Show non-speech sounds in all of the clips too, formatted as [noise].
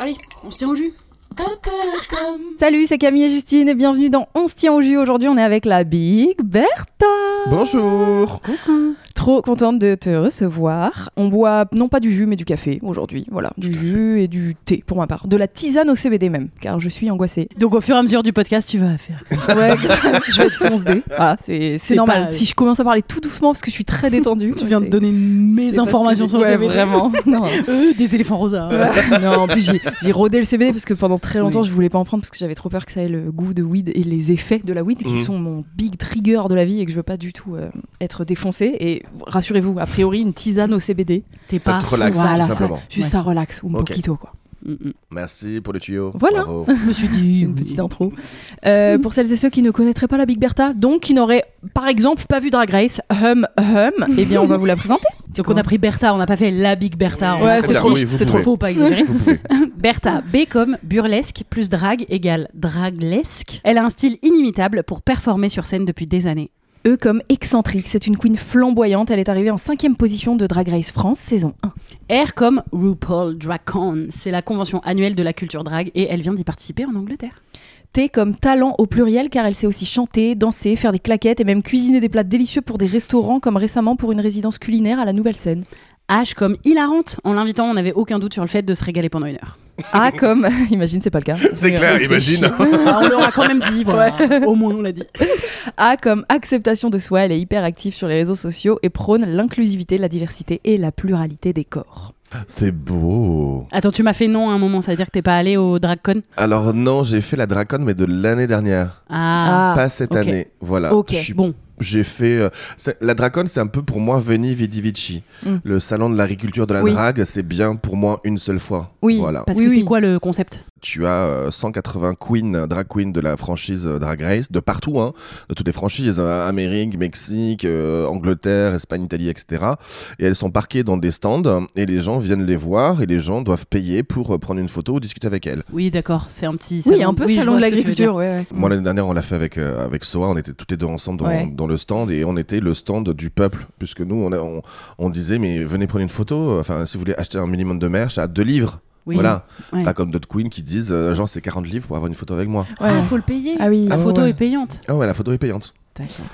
Allez, on se tient au jus. Salut, c'est Camille et Justine et bienvenue dans On se tient au jus. Aujourd'hui, on est avec la Big Bertha. Bonjour Ah, Trop contente de te recevoir. On boit non pas du jus mais du café aujourd'hui. Voilà, du jus et du thé pour ma part. De la tisane au CBD même, car je suis [laughs] angoissée. Donc au fur et à mesure du podcast, tu vas faire. Ouais, grave, je vais être foncée. Voilà, c'est c'est C'est normal. pas- Si je commence à parler tout doucement parce que je suis très détendue. Tu viens de c'est- donner c'est mes parce informations que- sur le ouais, CBD. [laughs] vraiment. Non. Euh, des éléphants rosas. non, en plus j'ai- j'ai rodé le CBD parce que pendant très longtemps Oui. je voulais pas en prendre parce que j'avais trop peur que ça ait le goût de weed et les effets de la weed qui Mhm. sont mon big trigger de la vie et que je veux pas du tout euh, être défoncée. Et rassurez-vous, a priori une tisane au CBD, T'es Ça pas te relaxe, fou. hein. Voilà, tout ça. simplement. juste Ouais. ça relaxe, un Ok. poquito quoi. Mm, mm. Merci pour le tuyau. Voilà. [laughs] Bravo. Je me suis dit Une petite intro. Euh, pour celles et ceux qui ne connaîtraient pas la Big Bertha, donc qui n'auraient par exemple pas vu Drag Race, hum hum, eh bien on va vous la présenter. Donc on a pris Bertha, on n'a pas fait la Big Bertha. Ouais, c'était trop- c'était trop faux, pas [laughs] exagéré. Vous pouvez. Bertha, B comme burlesque plus drague égale draglesque. Elle a un style inimitable pour performer sur scène depuis des années. E comme excentrique, c'est une queen flamboyante. Elle est arrivée en cinquième position de Drag Race France saison 1. R comme RuPaul DragCon, c'est la convention annuelle de la culture drague et elle vient d'y participer en Angleterre. T comme talent au pluriel car elle sait aussi chanter, danser, faire des claquettes et même cuisiner des plats délicieux pour des restaurants comme récemment pour une résidence culinaire à la [laughs] Nouvelle-Seine. H comme hilarante, en l'invitant on n'avait aucun doute sur le fait de se régaler pendant une heure. A Ah, comme [laughs] imagine c'est pas le cas. C'est clair, On se fait imagine. [laughs] chier. Ah, on l'aura quand même dit, voilà. au moins on l'a dit. A Ah, comme acceptation de soi, elle est hyper active sur les réseaux sociaux et prône l'inclusivité, la diversité et la pluralité des corps. C'est beau. Attends, tu m'as fait non à un moment, ça veut dire que t'es pas allé au DragCon Alors non, j'ai fait la Dracon, mais de l'année dernière. Ah, pas cette ok. année. Voilà. ok, Je suis- bon. J'ai fait... euh, c'est- La Dracon, c'est un peu pour moi Veni Vidi Vici. Mm. Le salon de l'agriculture de la Oui. drague, c'est bien pour moi une seule fois. Oui, Voilà. Parce Oui, que c'est oui. quoi le concept Tu as euh, 180 queens, euh, drag queens de la franchise euh, Drag Race, de partout, hein, de toutes les franchises, euh, Amérique, Mexique, euh, Angleterre, Espagne, Italie, etc. Et elles sont parquées dans des stands et les gens viennent les voir et les gens doivent payer pour euh, prendre une photo ou discuter avec elles. Oui, d'accord, c'est un petit. Oui, salon- un peu je salon de vois ce que tu veux dire. l'agriculture, ouais, ouais. Moi, l'année dernière, on l'a fait avec, euh, avec Soa, on était toutes les deux ensemble dans, Ouais. dans le stand et on était le stand du peuple, puisque nous, on, a- on, on disait, mais venez prendre une photo, euh, enfin, si vous voulez acheter un minimum de merch à 2 livres. Oui. Voilà, ouais. pas comme d'autres queens qui disent, euh, genre, c'est 40 livres pour avoir une photo avec moi. Ah, faut le payer. Ah oui, La Ah ouais, photo ouais. est payante. Ah ouais, la photo est payante.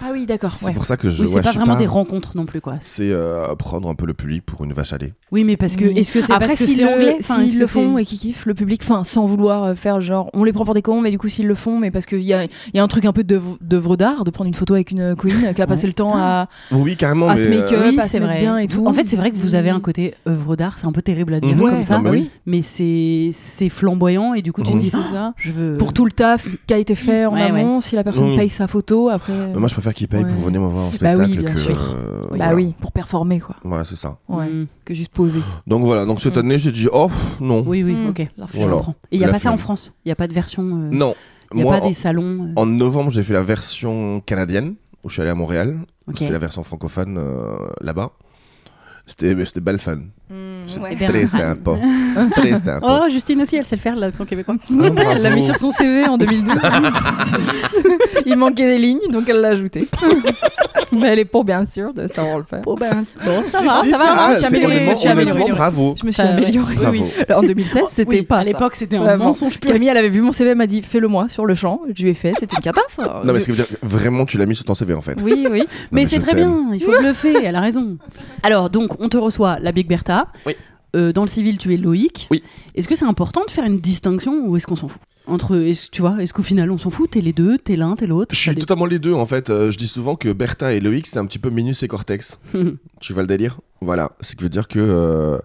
ah oui, d'accord. C'est ouais. pour ça que Oui, je. ouais, c'est je pas suis vraiment des rencontres non plus, quoi. C'est euh, prendre un peu le public pour une vache à lait. Oui, mais parce que. Oui. Est-ce que c'est Après, parce que s'ils c'est le- anglais S'ils le font et qu'ils kiffent le public, enfin, sans vouloir euh, faire genre, on les prend pour des cons, mais du coup, s'ils le font, mais parce qu'il y a, il y a un truc un peu d'œuvre d'œuvre d'art, de prendre une photo avec une [laughs] queen euh, qui a passé le temps à, Ah. Oui, carrément. à mais, se make-up, euh, Oui, à se c'est mettre vrai. bien et tout. En fait, c'est vrai que vous avez un côté œuvre d'art, c'est un peu terrible à dire Mhm. comme Ouais. bah ça, Non, mais oui. mais c'est c'est flamboyant et du coup tu te Mhm. dis C'est ça. ça. Je veux Pour tout le taf qui a été fait en Ah. Ouais, amont, si la personne Mm. paye sa photo, après. mais Moi, je préfère qu'ils payent Ouais. pour venir me voir en Bah spectacle. oui, bien que, sûr. euh, bah voilà. oui, pour performer, quoi. Voilà, c'est ça. Ouais. Mhm. Que juste poser. Donc voilà, donc cette Mm. année, j'ai dit, oh, pff, non. Oui, oui, Mm. ok. La Je Voilà. comprends. Et il y a La pas ça en flemme. France. Il y a pas de version. euh, Non. Il y a Moi, pas en, des salons. euh, en novembre, j'ai fait la version canadienne, où je suis allé à Montréal. ok. C'était la version francophone euh, là-bas. C'était mais c'était belle fan. C'était Mm, [laughs] ouais. très Belle fan. sympa. très sympa. Oh, Justine aussi, elle sait le faire, l'accent québécois. Oh, bravo. Elle l'a mis [laughs] sur [laughs] son CV en 2012. Il manquait des lignes, donc elle l'a ajouté. Mais les pauvres, bien sûr, de savoir le faire. Bon, ben, bon, ça si, va, si, ça va. si, non, ah, je suis c'est améliorée, honnêtement- je suis améliorée. honnêtement, bravo. Je me suis Ça, ouais. améliorée. Oui, Bravo. En 2016, Oh, c'était Oui, pas À ça. l'époque, c'était un Vraiment. mensonge pur. Camille, elle avait vu mon CV, elle m'a dit fais-le moi sur le champ. Je lui ai fait, c'était une catastrophe. Non, mais ce qui veut dire, vraiment, tu l'as mis sur ton CV en fait. Oui, [laughs] oui. Mais, mais c'est je très t'aime. bien, il faut que je le faire, elle a raison. [laughs] Alors, donc, on te reçoit la Big Bertha. Oui. Euh, dans le civil, tu es Loïc. Oui. Est-ce que c'est important de faire une distinction ou est-ce qu'on s'en fout Entre, est-ce- tu vois, est-ce qu'au final on s'en fout T'es les deux, t'es l'un, t'es l'autre. Je suis t'as totalement les deux en fait. Euh, je dis souvent que Bertha et Loïc, c'est un petit peu Minus et Cortex. des- Tu vois le délire Voilà. Ce qui veut dire que euh,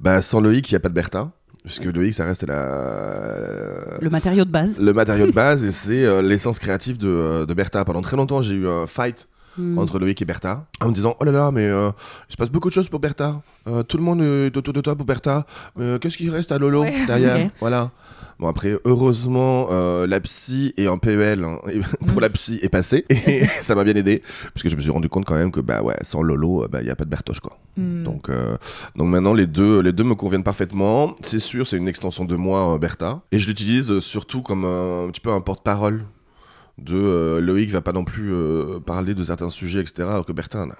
bah, sans Loïc, il n'y a pas de Bertha. Puisque Loïc, ça reste la... [laughs] le matériau de base. le matériau de base et c'est euh, l'essence créative de, euh, de Bertha. Pendant très longtemps, j'ai eu un fight Hmm. [laughs] entre Loïc et Bertha en me disant Oh là là, mais euh, il se passe beaucoup de choses pour Bertha. Euh, tout le monde est autour de toi pour Bertha. Euh, Qu'est-ce qui reste à Lolo derrière Ok. Voilà. Bon, après, heureusement, euh, la psy est en PEL hein, et [laughs] pour Hmm. la psy est passée et [laughs] ça m'a bien aidé parce que je me suis rendu compte quand même que bah ouais, sans Lolo, euh, bah, il n'y a pas de Bertoche quoi. Mm. Donc, euh, donc maintenant, les deux, les deux me conviennent parfaitement. C'est sûr, c'est une extension de moi, euh, Bertha. Et je l'utilise euh, surtout comme un, un petit peu un porte-parole. De euh, Loïc va pas non plus euh, parler de certains sujets, etc. Alors que Bertha, elle,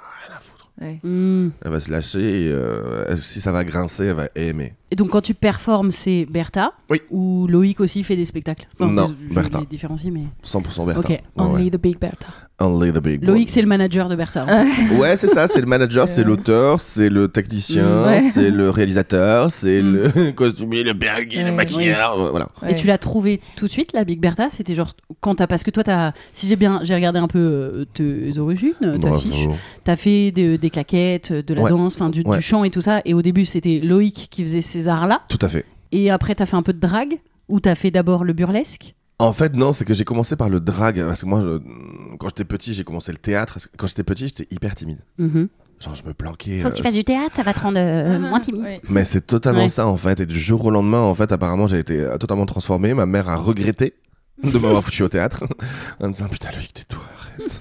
Hmm. elle va se lâcher et euh, elle- si ça va grincer, elle va aimer. Et donc, quand tu performes, c'est Bertha Oui. Ou Loïc aussi fait des spectacles Non, des- je Bertha. les différencie, mais. 100% Bertha. Ok. Ouais, Only ouais. the Big Bertha. Only the big Loïc, c'est le manager de Bertha. hein. en fait. one. Ouais, c'est ça, c'est [laughs] le manager, c'est Euh. l'auteur, c'est le technicien, Mm, ouais. c'est le réalisateur, c'est Mm. le [laughs] costumier, le perruquier, Ouais, le maquilleur. euh, Voilà. Ah, Et tu l'as trouvé tout de suite, la Big Bertha C'était genre. Quand t'as. Parce que toi, t'as. Si j'ai bien. J'ai regardé un peu euh, tes origines, euh, ta Bravo. fiche. T'as fait de- des claquettes, euh, de la Ouais. danse, enfin du, du Ouais. chant et tout ça. Et au début, c'était Loïc qui faisait ces arts-là. Tout à fait. Et après, t'as fait un peu de drague ou t'as fait d'abord le burlesque. En fait, non, c'est que j'ai commencé par le drag. Parce que moi, je- quand j'étais petit, j'ai commencé le théâtre. Parce que Quand j'étais petit, j'étais hyper timide. Genre, je me planquais. euh, du théâtre, ça va te rendre euh, moins timide. Mais c'est totalement Ouais. ça, en fait. Et du jour au lendemain, en fait, apparemment, j'ai été euh, totalement transformé. Ma mère a regretté de m'avoir foutu au théâtre. [laughs] en me disant, putain, Loïc, tais-toi, [laughs] arrête.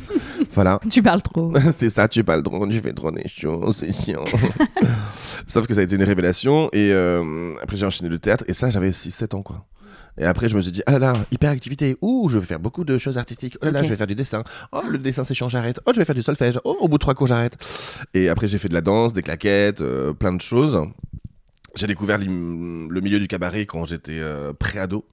voilà. Tu parles trop. [laughs] c'est ça, tu es pas le drone, tu fais trop des choses, c'est chiant. [laughs] Sauf que ça a été une révélation, et euh, après j'ai enchaîné le théâtre, et ça j'avais 6-7 ans quoi. Et après je me suis dit, ah là là, hyperactivité, ouh, je vais faire beaucoup de choses artistiques, oh là là, Ok. je vais faire du dessin, oh le dessin c'est chiant, j'arrête, oh je vais faire du solfège, oh au bout de trois cours j'arrête. Et après j'ai fait de la danse, des claquettes, euh, plein de choses. J'ai découvert l'im- le milieu du cabaret quand j'étais euh, pré-ado.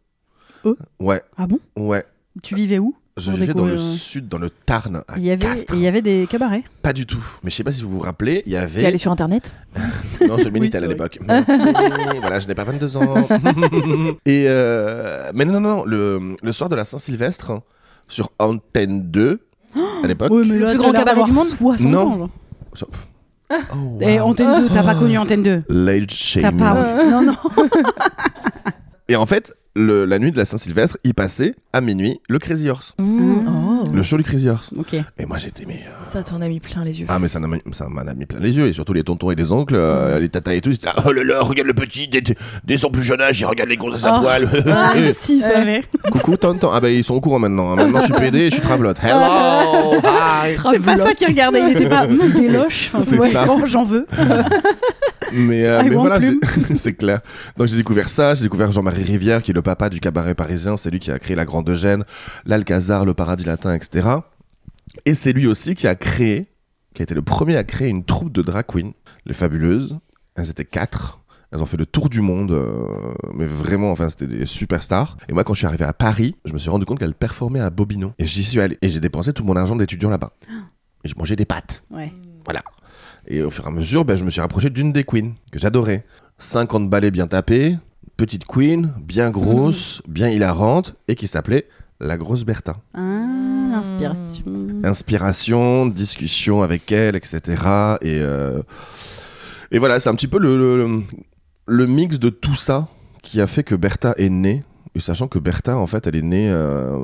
Oh. Ouais, Ah bon ouais. Tu vivais où Je Pour vivais dans le découvrir, euh, ouais. sud, dans le Tarn, à Il y avait, Castres. il y avait des cabarets. Pas du tout. Mais je sais pas si vous vous rappelez, il y T'es allé avait. sur internet Non, c'est le [laughs] Oui, c'est Minitel à l'époque. Merci. [laughs] voilà, je n'ai pas 22 ans. [laughs] Et. euh, Mais non, non, non, le, le soir de la Saint-Sylvestre, sur Antenne 2, à l'époque. mais là, t'as Le plus grand l'air cabaret d'avoir du monde 60 Non. ans, genre. So- Oh, wow. Et Eh, Antenne 2, t'as pas connu Antenne 2 Late T'as shaming. pas. Non, non. Et en fait, le- la nuit de la Saint-Sylvestre, il passait à minuit le Crazy Horse. Mmh. Le show du Crazy Horse. Ok. Et moi, j'étais, mais. euh, Ça t'en a mis plein les yeux. Ah, mais ça m'a- ça m'en a mis plein les yeux. Et surtout les tontons et les oncles, euh, les tatas et tout. ils étaient là, oh là là, regarde le petit, dès, dès son plus jeune âge, il regarde les gonzesses à Oh. poil. [laughs] Ah, si, ça Eh, allait. Coucou Tonton. Ah bah ils sont au courant maintenant. hein. Maintenant je suis PD, je suis travelote. Hello, hi. C'est pas ça qu'il regardait. Il était pas hum, des loches. Enfin, C'est ouais, ça. oh, j'en veux. [laughs] Mais, euh, I mais want voilà, plume. j'ai- c'est [laughs] clair. Donc j'ai découvert ça. J'ai découvert Jean-Marie Rivière qui est le papa du cabaret parisien. C'est lui qui a créé la Grande Eugène, l'Alcazar, le Paradis Latin, etc. Et c'est lui aussi qui a créé, qui a été le premier à créer une troupe de drag queens, les Fabuleuses. Elles étaient quatre. Elles ont fait le tour du monde, euh, mais vraiment, enfin, c'était des superstars. Et moi, quand je suis arrivé à Paris, je me suis rendu compte qu'elles performaient à Bobino. Et j'y suis allé. Et j'ai dépensé tout mon argent d'étudiant là-bas. Ah. Et je mangeais des pâtes. Ouais. Voilà. Et au fur et à mesure, ben, je me suis rapproché d'une des queens que j'adorais. 50 ballets bien tapés, petite queen, bien grosse, Mhm. bien hilarante, et qui s'appelait la grosse Bertha. Ah, Hmm. Ah, l'inspiration. Inspiration, discussion avec elle, etc. Et, euh, et voilà, c'est un petit peu le, le, le mix de tout ça qui a fait que Bertha est née. Et sachant que Bertha, en fait, elle est née euh,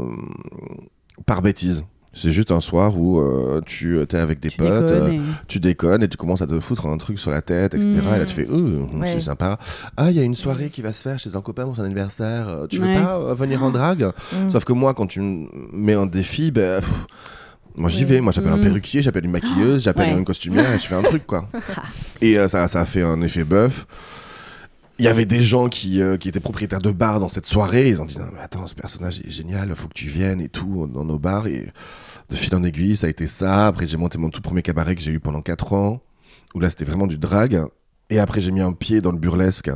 par bêtise. C'est juste un soir où euh, tu es avec des Tu potes. euh, déconnes et- tu déconnes et tu commences à te foutre un truc sur la tête, etc. Mhm. Et là, tu fais, Ouh, Ouais. c'est sympa. Ah, il y a une soirée qui va se faire chez un copain pour son anniversaire. Euh, Tu veux Ouais. pas euh, venir en drague Mm. Sauf que moi, quand tu me mets en défi, ben. pff, moi j'y Ouais. vais, moi j'appelle un Mhm. perruquier, j'appelle une maquilleuse, j'appelle Ouais. une costumière et je fais un truc quoi. et euh, ça, ça a fait un effet bœuf. Il y avait des gens qui, euh, qui étaient propriétaires de bars dans cette soirée. Ils ont dit non mais attends ce personnage est génial, faut que tu viennes et tout dans nos bars. Et de fil en aiguille ça a été ça. Après j'ai monté mon tout premier cabaret que j'ai eu pendant 4 ans où là c'était vraiment du drag. Et après j'ai mis un pied dans le burlesque.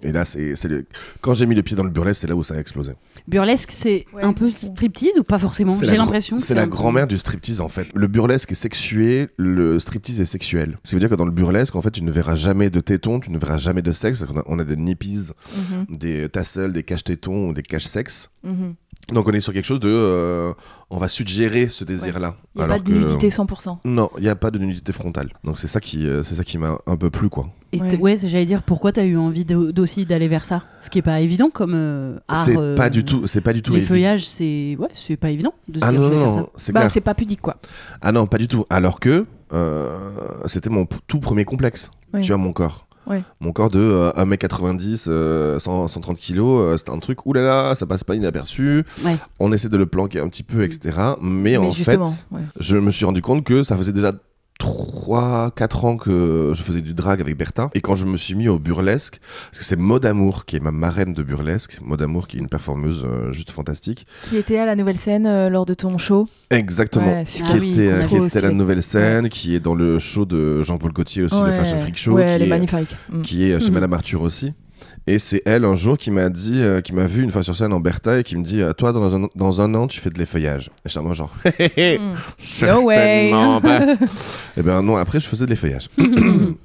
Et là c'est c'est le... quand j'ai mis le pied dans le burlesque c'est là où ça a explosé. Burlesque, c'est Ouais. un peu striptease ou pas forcément C'est J'ai la gr- l'impression. que C'est la un- grand-mère du striptease en fait. Le burlesque est sexué, le striptease est sexuel. Ça veut dire que dans le burlesque, en fait, tu ne verras jamais de tétons, tu ne verras jamais de sexe. parce qu'on a- On a, des nippies, Mhm, des tassels, des caches tétons ou des caches sexes. mhm. Donc on est sur quelque chose de, euh, on va suggérer ce désir-là. Il n'y a alors pas de que- nudité 100%. Non, il n'y a pas de nudité frontale. Donc c'est ça qui, euh, c'est ça qui m'a un peu plu quoi. Et t- Ouais. ouais, c'est- j'allais dire pourquoi t'as eu envie d'au- d'aussi d'aller vers ça, ce qui est pas évident comme euh, art. c'est euh, pas du tout, c'est pas du tout. Les évi- feuillages, c'est ouais, c'est pas évident de se Ah dire non je vais non, faire [coughs] ça. non, c'est Bah, clair. c'est pas pudique quoi. Ah non, pas du tout. Alors que euh, c'était mon p- tout premier complexe. Ouais. Tu vois, mon corps. Ouais. Mon corps de euh, 1m90, euh, 100 130 kg, euh, c'était un truc, oulala, ça passe pas inaperçu. Ouais. On essaie de le planquer un petit peu, etc. Mais, Mais en fait, justement, [laughs] ouais. je me suis rendu compte que ça faisait déjà 3-4 ans que je faisais du drag avec Bertha. Et quand je me suis mis au burlesque, parce que c'est Maud Amour qui est ma marraine de burlesque, Maud Amour qui est une performeuse euh, juste fantastique. qui était à la nouvelle scène euh, lors de ton show. Exactement. Ouais, super. qui Ah oui, était, euh, qu'on a qui trop était à la stylé. nouvelle scène, qui est dans le show de Jean-Paul Gaultier aussi, le Ouais. Fashion Freak Show, Ouais, qui, elle est, est, magnifique. Mm. qui est euh, chez Mhm. Madame Arthur aussi. Et c'est elle un jour qui m'a dit, euh, qui m'a vu une fois sur scène en Bertha et qui me dit, euh, toi dans un, dans un an tu fais de l'effeuillage. Et j'étais en mode genre, hé, hé, hé, Mm. certainement way. pas. et ben non, après je faisais de l'effeuillage. Mhm.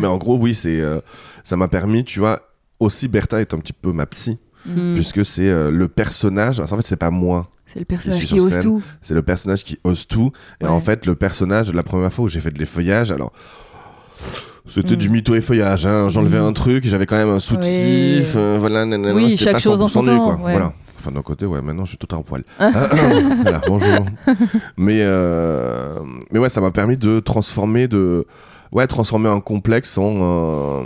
Mais en gros oui, c'est, euh, ça m'a permis, tu vois, aussi Bertha est un petit peu ma Mhm. psy, Mm. puisque c'est euh, le personnage. En fait c'est pas moi, [laughs] C'est le personnage Je suis qui sur ose scène. tout. c'est le personnage qui ose tout. Et Ouais. en fait, le personnage, la première fois où j'ai fait de l'effeuillage, alors. C'était Mm. du mytho effeuillage. Hein. J'enlevais Mm. un truc, j'avais quand même un soutif. Ouais. euh, voilà, nanana, Oui, c'était chaque pas chose en son 100% nul, temps, quoi. ouais. Voilà. Enfin, d'un côté, ouais, maintenant je suis tout en poil. Ah, [laughs] voilà, [laughs] bonjour. Mais, euh, mais ouais, ça m'a permis de transformer de. Ouais, transformer un complexe en, euh,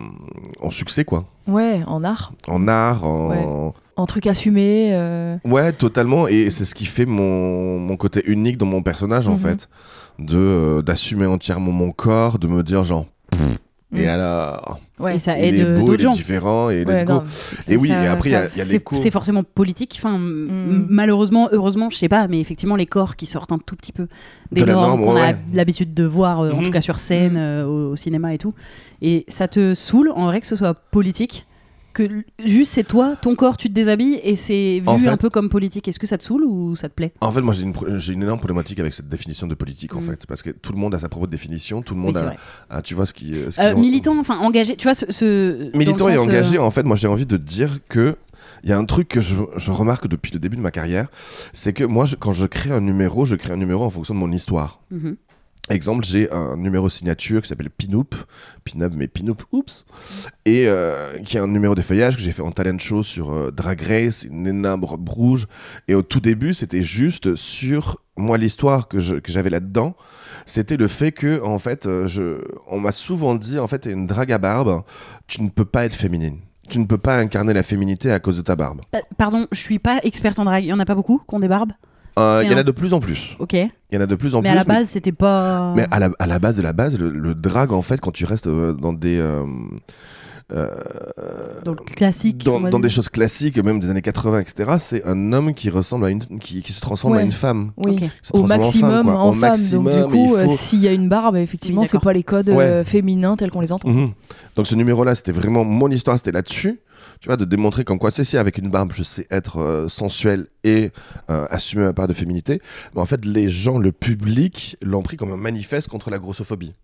en succès, quoi. Ouais, en art. En art, en. En truc assumé. euh, Ouais, totalement. Et c'est ce qui fait mon, mon côté unique dans mon personnage, en Mhm. fait. de euh, D'assumer entièrement mon corps, de me dire, genre. Pff, Et Mhm. alors Ouais. Et ça Il aide est euh, beau, d'autres il est gens. différent, et Ouais, let's go. grave. Et oui, Ça- et après, il y a- il y, ça- a les c'est- cours. C'est forcément politique. Enfin, m- Mm. malheureusement, heureusement, je sais pas, mais effectivement, les corps qui sortent un tout petit peu des De la normes norme, qu'on a ouais. l'habitude de voir, euh, en Mhm. tout cas sur scène, Mhm. euh, au, au cinéma et tout. Et ça te saoule en vrai que ce soit politique, que l- juste c'est toi, ton corps, tu te déshabilles et c'est vu En fait- un peu comme politique. Est-ce que ça te saoule ou ça te plaît En fait, moi, j'ai une, pro- j'ai une énorme problématique avec cette définition de politique, en Mhm. fait. Parce que tout le monde a sa propre définition, tout le Oui, monde c'est a, vrai. a- Tu vois ce qui. euh, ce Euh, qui- militant, enfin engagé, tu vois, ce. ce- dans Militant le et sens, euh, engagé, en fait, moi j'ai envie de dire que il y a un truc que je, je remarque depuis le début de ma carrière, c'est que moi, je- quand je crée un numéro, je crée un numéro en fonction de mon histoire. mhm. Exemple, j'ai un numéro signature qui s'appelle Pinup, Pinup mais Pinup, oups, et euh, qui est un numéro de feuillage que j'ai fait en talent show sur euh, Drag Race, une énorme robe rouge. Et au tout début, c'était juste sur moi l'histoire que je- que j'avais là-dedans, c'était le fait que en fait, euh, je, on m'a souvent dit en fait, t'es une drague à barbe, tu ne peux pas être féminine, tu ne peux pas incarner la féminité à cause de ta barbe. Pa- Bah, Pardon, je suis pas experte en drague. Il y en a pas beaucoup qu'on débarbe. Euh, C'est Il y en un- a de plus en plus. Ok. Mais Il y en a de plus en à plus. la base, c'était pas. Mais à la, à la base de la base, le, le drag, en fait, quand tu restes euh, dans des. euh, euh, dans le classique. dans, on va dans dire. des choses classiques, même des années 80, etc., c'est un homme qui ressemble à une. qui, qui se transforme à Ouais. une femme. Oui. Ok. Se Au transforme en maximum en femme, femme. quoi. Au maximum, Donc, du coup, il euh, faut- s'il y a une barbe, effectivement, Oui, c'est pas les codes Ouais. euh, féminins tels qu'on les entend. Mhm. Donc ce numéro-là, c'était vraiment mon histoire, c'était là-dessus. Tu vois, de démontrer comme quoi, tu sais, si avec une barbe, je sais être euh, sensuel et euh, assumer ma part de féminité. Mais en fait, les gens, le public, l'ont pris comme un manifeste contre la grossophobie.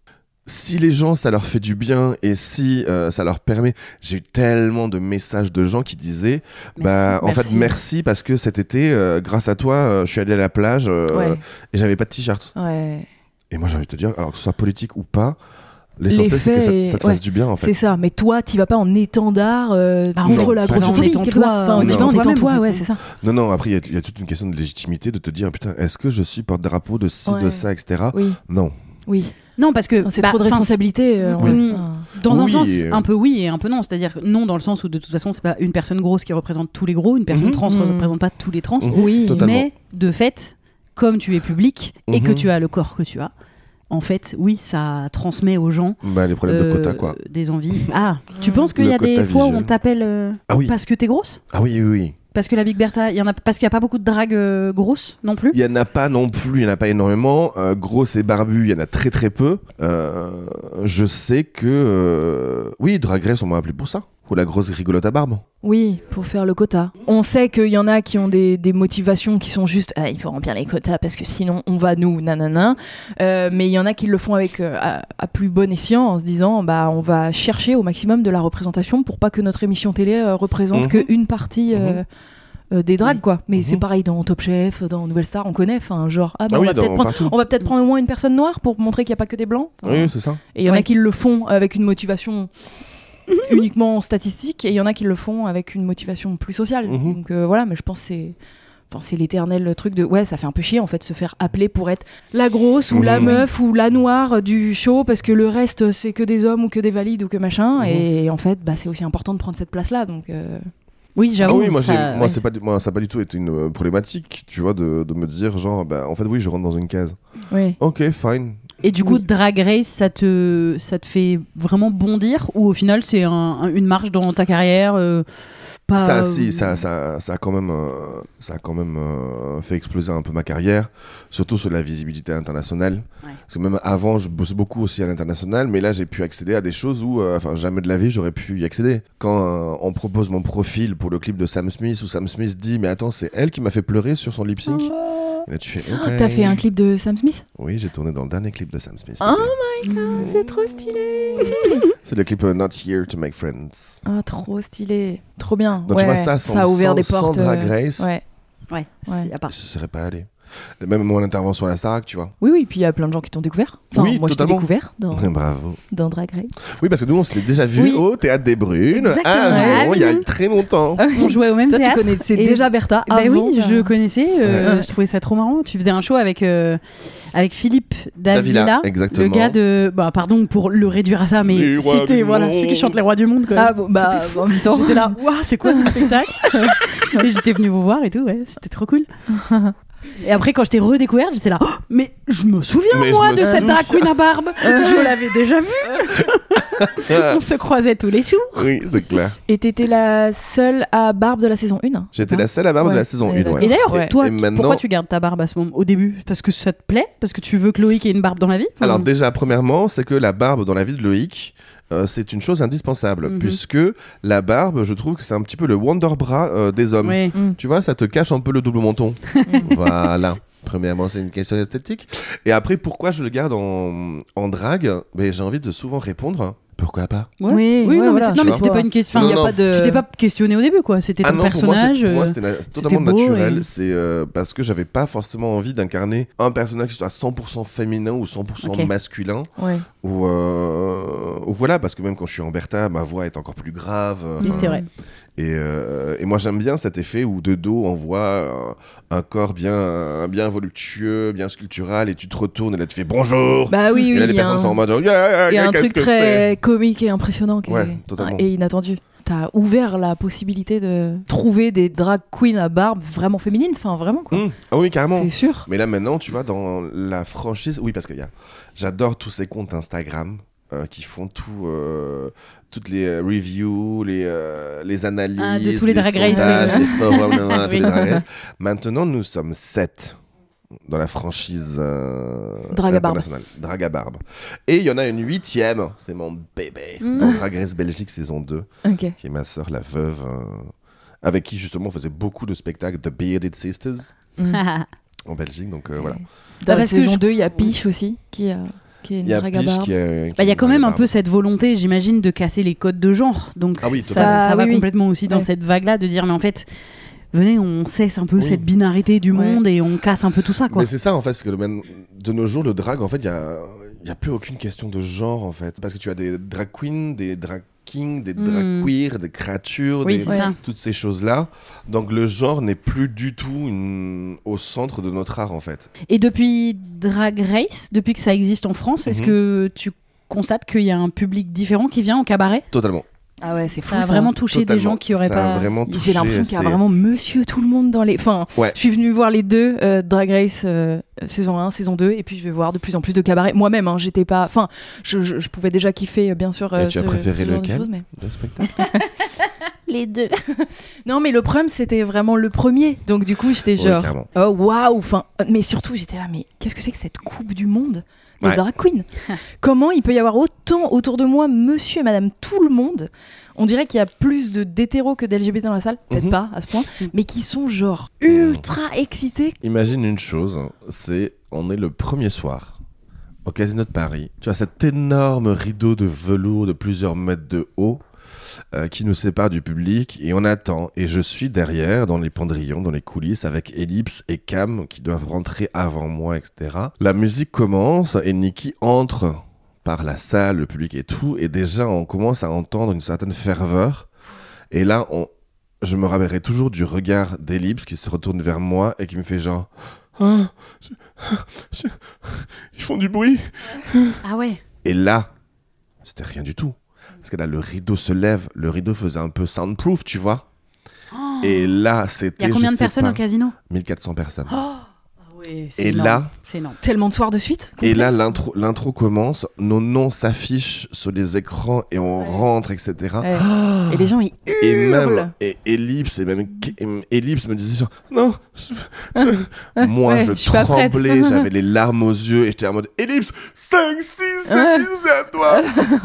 Si les gens, ça leur fait du bien et si euh, ça leur permet. J'ai eu tellement de messages de gens qui disaient Bah, en merci. fait, merci parce que cet été, euh, grâce à toi, euh, je suis allé à la plage euh, Ouais. et j'avais pas de t-shirt. ouais. Et moi, j'ai envie de te dire, alors que ce soit politique ou pas, l'essentiel, c'est que ça, L'effet ça te est- fasse du bien, en fait. C'est ça, mais toi, t'y vas pas en étendard euh, Bah, contre non, la ça va. grossophobie, En étant quelque toi, part. Enfin, en tu vas étant en étant toi-même, en toi, fait, ouais, oui. c'est ça. Non, non, après, il y a- il y, a toute une question de légitimité de te dire, putain, est-ce que je suis porte-drapeau de ci, de Ouais. ça, etc. Oui, Ah, Non. oui. Non, parce que Oh, C'est bah, trop de enfin, responsabilité. euh, Oui. ouais. Mm. Dans un Oui, sens, euh. un peu oui et un peu non. C'est-à-dire non dans le sens où de toute façon, c'est pas une personne grosse qui représente tous les gros, une personne Mhm. trans Mhm. représente pas tous les trans. Mhm. Oui, Totalement. Mais de fait, comme tu es public et que Mhm. tu as le corps que tu as, en fait, oui, ça transmet aux gens Bah, les problèmes de euh, quota, quoi. des envies. Ah, tu Mm. penses qu'il Le y a des quota fois où visuel. on t'appelle euh, Ah oui. parce que t'es grosse Ah oui, oui, oui. Parce que la Big Bertha, il y en a parce qu'il n'y a pas beaucoup de drague euh, grosse non plus Il y en a pas non plus, il y en a pas énormément. Euh, grosse et barbu, il y en a très très peu. Euh, je sais que euh, oui, Drag Race, on m'a appelé pour ça. Ou la grosse rigolote à barbe. Ah Oui, pour faire le quota. On sait qu'il y en a qui ont des, des motivations qui sont juste ah, il faut remplir les quotas parce que sinon on va nous, nanana. Euh, mais il y en a qui le font avec euh, à, à plus bon escient en se disant bah on va chercher au maximum de la représentation pour pas que notre émission télé euh, représente Mhm. qu'une partie. euh, euh, des dragues quoi mais Mhm. c'est pareil dans Top Chef dans Nouvelle Star on connaît enfin genre ah, bah, Ah on oui, va dans- peut-être prendre partout. on va peut-être prendre au moins une personne noire pour montrer qu'il n'y a pas que des blancs Oui, c'est ça. et il y en a Ouais. qui le font avec une motivation uniquement statistique, et il y en a qui le font avec une motivation plus sociale. Mhm. Donc euh, voilà, mais je pense que c'est. Enfin, c'est l'éternel truc de ouais, ça fait un peu chier en fait se faire appeler pour être la grosse ou la Mhm. meuf ou la noire du show parce que le reste c'est que des hommes ou que des valides ou que machin Mhm. et en fait bah, c'est aussi important de prendre cette place là donc euh, Oui, Ah j'avoue. oui, moi, ça- j'ai- moi, ouais. c'est pas, du- moi, ça n'a pas du tout été une euh, problématique, tu vois, de, de me dire genre, bah, en fait, oui, je rentre dans une case. ouais. Ok, fine. Et du coup, Oui. Drag Race, ça te, ça te fait vraiment bondir ou au final, c'est un- un- une marche dans ta carrière euh, pas, Ça, euh, si, ça, ça, ça a quand même, euh, ça a quand même euh, fait exploser un peu ma carrière, surtout sur la visibilité internationale. Ouais. Parce que même avant, je bossais beaucoup aussi à l'international, mais là, j'ai pu accéder à des choses où, euh, enfin, jamais de la vie, j'aurais pu y accéder. Quand euh, on propose mon profil pour le clip de Sam Smith, où Sam Smith dit, mais attends, c'est elle qui m'a fait pleurer sur son lip sync. Et là, tu fais, ok. Ah, T'as fait un clip de Sam Smith Oui, j'ai tourné dans le dernier clip de Sam Smith. Oh C'est trop stylé C'est le clip euh, Not Here to Make Friends. Ah trop stylé, trop bien. Donc ouais, tu vois ça, sans, a ouvert sans- des sans portes. Drag euh, Race, ouais. Ouais, Ouais. c'est à part. je serais pas allé. Même mon intervention à la Starac, tu vois. Oui, oui, puis il y a plein de gens qui t'ont découvert. Enfin, Oui, moi, je t'ai totalement. découvert dans, [laughs] Bravo. dans Drag Race. [laughs] Oui, parce que nous, on se l'est déjà vu Oui. au Théâtre des Brunes, Exactement. Ah Euh, à Avignon, Ouais. il y a très longtemps. On jouait au même [laughs] Toi, tu théâtre. connaissais et- déjà Bertha Bah avant. oui, je connaissais. euh, Ouais. Je trouvais ça trop marrant. Tu faisais un show avec, euh, avec Philippe Davila, Davila, exactement. le gars de. Bah, pardon pour le réduire à ça, Les mais rois c'était du voilà monde. celui qui chante les rois du monde. Quoi. Ah bon, bah, en même temps. J'étais là, waouh, c'est quoi ce spectacle [laughs] Et j'étais venue vous voir et tout, ouais, c'était trop cool. Et après, quand je t'ai redécouverte, j'étais là, Oh, mais je me souviens, Mais je moi, me de cette souviens. drag queen à [laughs] barbe. je l'avais déjà vue, Ah. on se croisait tous les jours. oui, c'est clair. Et t'étais la seule à barbe de la saison hein, 1. J'étais la seule à barbe Ouais. de la saison 1. Et Ouais. Et d'ailleurs, Ouais. toi, Et tu- maintenant- pourquoi tu gardes ta barbe à ce moment au début Parce que ça te plaît Parce que tu veux que Loïc ait une barbe dans la vie Ou- Alors déjà, premièrement, c'est que la barbe dans la vie de Loïc, euh, c'est une chose indispensable, Mhm. puisque la barbe, je trouve que c'est un petit peu le wonder bra euh, des hommes. Ouais. Tu vois, ça te cache un peu le double menton. voilà. [laughs] Premièrement, c'est une question esthétique. Et après, pourquoi je le garde en, en drague Mais j'ai envie de souvent répondre. Pourquoi pas Ouais. Oui, non, ouais, mais voilà, c'est- non, je mais sais c'était pas. pas une question. Non, il y a non. pas- Tu t'es pas questionné au début, quoi. C'était Ah ton non, pour moi, c'est- personnage. pour moi, euh, c'était na- totalement beau naturel. et- C'est euh, parce que j'avais pas forcément envie d'incarner un personnage qui soit 100% féminin ou 100% Ok. masculin. [laughs] Ouais. Ou, euh, ou voilà, parce que même quand je suis en Bertha, ma voix est encore plus grave. euh, Oui, enfin, c'est vrai. Et, euh, et moi j'aime bien cet effet où de dos on voit euh, un corps bien, bien voluptueux, bien sculptural et tu te retournes et là tu fais bonjour. Bah oui, oui. et là il les y a personnes un- sont en mode genre, Yeah, yeah, il y a yeah, un qu'est-ce truc que très comique et impressionnant qui Ouais, est- totalement. et inattendu. T'as ouvert la possibilité de trouver des drag queens à barbe vraiment féminines, enfin vraiment c'est quoi. Mmh. Ah oui carrément. C'est sûr. Mais là maintenant tu vois dans la franchise, oui parce qu'il y a, j'adore tous ces comptes Instagram. euh, qui font tout, euh, toutes les euh, reviews, les, euh, les analyses, Ah, de tous les Drag Race, sondages, euh. les [laughs] forums, nanana, tous Oui. les Drag Race. Maintenant, nous sommes sept dans la franchise euh, Drag à barbe. internationale. Drag à barbe. Et il y en a une huitième, c'est mon bébé, Mmh. dans Drag Race Belgique saison 2, Ok. qui est ma sœur, la veuve, euh, avec qui justement on faisait beaucoup de spectacles, The Bearded Sisters, en Belgique. Donc euh, voilà. Dans la euh. Bah, parce que saison je- 2, il y a Piche aussi qui, a- qui est Il une y a drague à Peach barbe. qui est. qui Bah, Il est y a une quand drague à même un barbe. peu cette volonté, j'imagine, de casser les codes de genre. Donc Ah oui, ça, totalement. ça va Ah, oui, oui. complètement aussi dans Ouais. cette vague-là de dire, mais en fait, venez, on cesse un peu Oui. cette binarité du Ouais. monde et on casse un peu tout ça. Quoi. Mais c'est ça en fait, parce que le même- de nos jours, le drag, en fait, il n'y a, il y a plus aucune question de genre en fait. Parce que tu as des drag queens, des drag kings, des drag Mm. queers, des créatures, Oui, des- c'est ça. toutes ces choses-là. Donc le genre n'est plus du tout une- au centre de notre art en fait. Et depuis Drag Race, depuis que ça existe en France, est-ce Mhm. que tu constates qu'il y a un public différent qui vient en cabaret Totalement. Ah ouais, c'est fou. Ça a ça. vraiment touché des gens qui auraient ça a pas. vraiment touché, J'ai l'impression qu'il y a c'est- vraiment monsieur tout le monde dans les. Enfin, Ouais. je suis venue voir les deux, euh, Drag Race euh, saison 1, saison 2, et puis je vais voir de plus en plus de cabarets. Moi-même, hein, j'étais pas. Enfin, je, je- je pouvais déjà kiffer, euh, bien sûr. Et euh, tu as ce- préféré ce genre de lequel choses, mais- [laughs] le spectacle. Les deux. [laughs] non, mais le problème, c'était vraiment le premier. Donc, du coup, j'étais Ouais, genre. carrément. Oh waouh Enfin, mais surtout j'étais là, mais qu'est-ce que c'est que cette coupe du monde des Ouais. drag queens Comment il peut y avoir autant autour de moi, monsieur et madame, tout le monde On dirait qu'il y a plus de d'hétéros que d'LGBT dans la salle, peut-être Mhm. pas à ce point, mais qui sont genre ultra excités. Imagine une chose, hein, c'est on est le premier soir au Casino de Paris. Tu as cet énorme rideau de velours de plusieurs mètres de haut euh, qui nous sépare du public et on attend. Et je suis derrière dans les pendrillons, dans les coulisses avec Ellipse et Cam qui doivent rentrer avant moi, etc. La musique commence et Nikki entre par la salle, le public et tout. Et déjà on commence à entendre une certaine ferveur. Et là on, je me rappellerai toujours du regard d'Ellipse qui se retourne vers moi et qui me fait genre. Ah, je- ah, je- ils font du bruit. Ah ouais. Et là, c'était rien du tout. Parce que là, le rideau se lève. Le rideau faisait un peu soundproof, tu vois. Et là, Oh. Il c'était. y a combien je de sais personnes Oh, pas, au casino 1400 personnes. C'est et énorme. là, C'est énorme. Tellement de soirs de suite et là, l'intro, l'intro commence. Nos noms s'affichent sur les écrans et on rentre, etc. Ouais. Et les gens, ils Et hurlent. même et Ellipse et même et- Ellipse me disait genre non je- je- moi Ouais, je je suis pas prête. [laughs] tremblais j'avais les larmes aux yeux et j'étais en mode Ellipse 5 6 7 Ouais. 8 c'est à [laughs] toi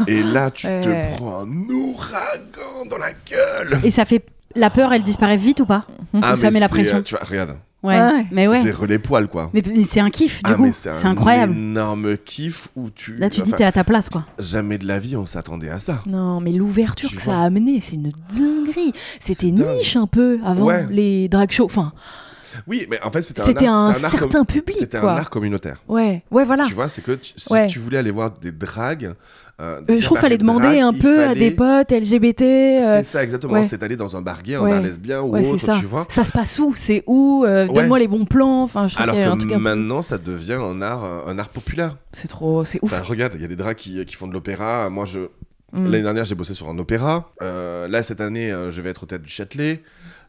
et là tu Ouais. te prends un ouragan dans la gueule Et ça fait. La peur, elle disparaît vite ou pas ah, ça met la c'est, pression. euh, tu vois regarde Ouais. Ouais. Mais ouais. j'ai relais poils quoi Mais, mais c'est un kiff, du ah coup. mais C'est c'est, un incroyable. énorme kiff où tu Là, tu dis, enfin, t'es à ta place, quoi. jamais de la vie on s'attendait à ça Non, mais l'ouverture Ah. Tu que vois. ça a amené, c'est une dinguerie. C'était dingue. niche un peu avant Ouais. les drag shows. Enfin, oui mais en fait c'était, c'était un, un, art, c'était un art com- certain public. c'était quoi. un art communautaire Ouais, ouais, voilà. Tu vois, c'est que tu- si Ouais. tu voulais aller voir des dragues. euh, Euh, des je trouve qu'il fallait cabarets de demander drague, un il peu à fallait- des potes LGBT. euh, C'est ça, exactement. ouais. C'est aller dans un bar gay, un Ouais. bar lesbien ou Ouais, c'est autre, ça. tu vois. Ça se passe où C'est où Euh, Ouais. Donne-moi les bons plans. Enfin, je trouve Alors qu'il y a un truc que un peu- maintenant, ça devient un art, euh, un art populaire. C'est trop, c'est ouf. Enfin, regarde, il y a des drags qui, qui font de l'opéra. Moi, je Mm. l'année dernière, j'ai bossé sur un opéra. Euh, là, cette année, euh, je vais être au Théâtre du Châtelet.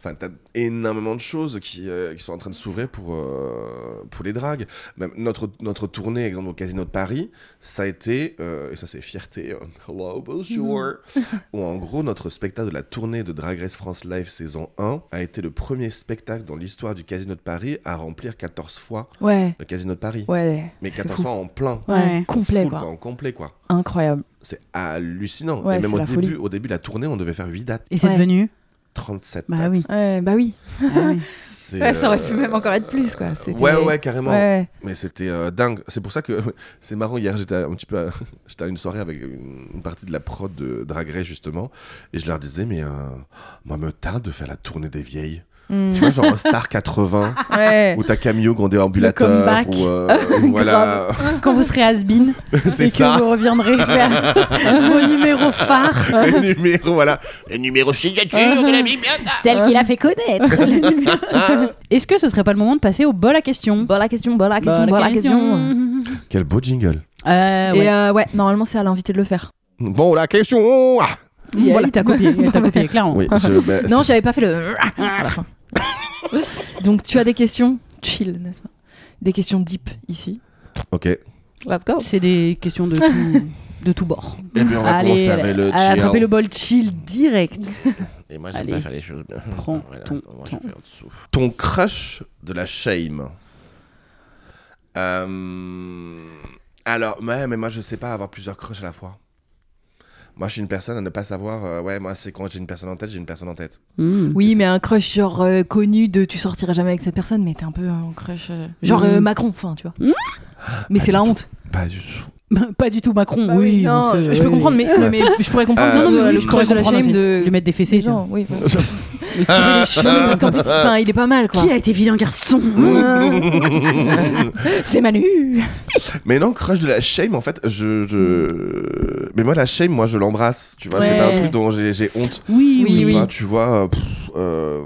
Enfin, t'as énormément de choses qui, euh, qui sont en train de s'ouvrir pour, euh, pour les dragues. Même notre, notre tournée, exemple, au Casino de Paris, ça a été, euh, et ça c'est fierté, euh, [laughs] hello, bonjour, Mm. [laughs] où en gros, notre spectacle de la tournée de Drag Race France Live saison 1 a été le premier spectacle dans l'histoire du Casino de Paris à remplir 14 fois Ouais, le Casino de Paris. ouais. Mais c'est 14 fou. fois en plein. Ouais, Ouais. complet, Full, quoi. quoi, en complet, quoi. Incroyable. C'est hallucinant. Ouais, et même c'est au la début, folie. au début de la tournée, on devait faire 8 dates. Et c'est Ouais. devenu. 37 Bah dates. oui. Ouais, bah oui. Ah oui. C'est, Ouais, ça aurait pu euh, même encore être plus, quoi. euh, C'était- Ouais, ouais, carrément. Ouais. Mais c'était euh, dingue. C'est pour ça que [laughs] c'est marrant. Hier, j'étais un petit peu, à- [laughs] j'étais à une soirée avec une une partie de la prod de Drag Race, justement, et je leur disais, mais euh, moi, me tarde de faire la tournée des vieilles. Mm. Tu vois, genre Star 80, [laughs] Ouais. où t'as Camille en déambulateur, comeback. [laughs] ou euh, voilà, Quand vous serez has-been [laughs] c'est et ça. que vous reviendrez faire vos numéros phares, [laughs] Le numéro, voilà. Le numéro signature [laughs] de la bibliothèque. celle qui l'a fait connaître. [laughs] les numéros. Est-ce que ce serait pas le moment de passer au bol à questions Bon, la question, bon, la question, Bol à bon, la question. questions. Quel beau jingle. Euh, ouais. Et euh, ouais, normalement, c'est à l'invité de le faire. Bon, la question ah Mmh, voilà, il- t'as [laughs] copié, t'as copié, clairement. Oui, je- ben, Non, c'est- j'avais pas fait le. [laughs] à la fin. Donc, tu as des questions chill, n'est-ce pas Des questions deep ici. Ok. Let's go. C'est des questions de tout, de tout bord. Et puis on va Allez, commencer avec le À attraper chill. le bol chill direct. Et moi, Allez, j'aime pas faire les choses bien. prends ton moi, temps. je fais en dessous. Ton crush de la shame. Euh, Alors, ouais, mais moi, je sais pas avoir plusieurs crushs à la fois. Moi, je suis une personne à ne pas savoir. euh, ouais, moi, c'est quand j'ai une personne en tête, j'ai une personne en tête. Mmh. Oui, mais un crush genre euh, connu de tu sortiras jamais avec cette personne, mais t'es un peu un crush. euh, genre Mm. euh, Macron, enfin, tu vois. Mm. mais c'est la honte. Pas du tout. Pas du tout Macron, Bah oui. on non, sait, je oui, peux oui. comprendre, mais, Ouais. mais je pourrais comprendre Euh, que ce non, non, soit mais le je crush de la comprendre shame aussi. de. Lui mettre des fessées, des gens, oui. oui. Et tirer Ah. les cheveux. parce qu'en plus, enfin, il est pas mal, quoi. Mm. Qui a été vilain garçon C'est Manu. mais non, crush de la shame, en fait, je. je- Mais moi, la shame, moi, je l'embrasse. Tu vois, c'est Ouais. pas un truc dont j'ai j'ai honte. Oui, Je sais oui, oui. pas, tu vois. euh, pff, euh,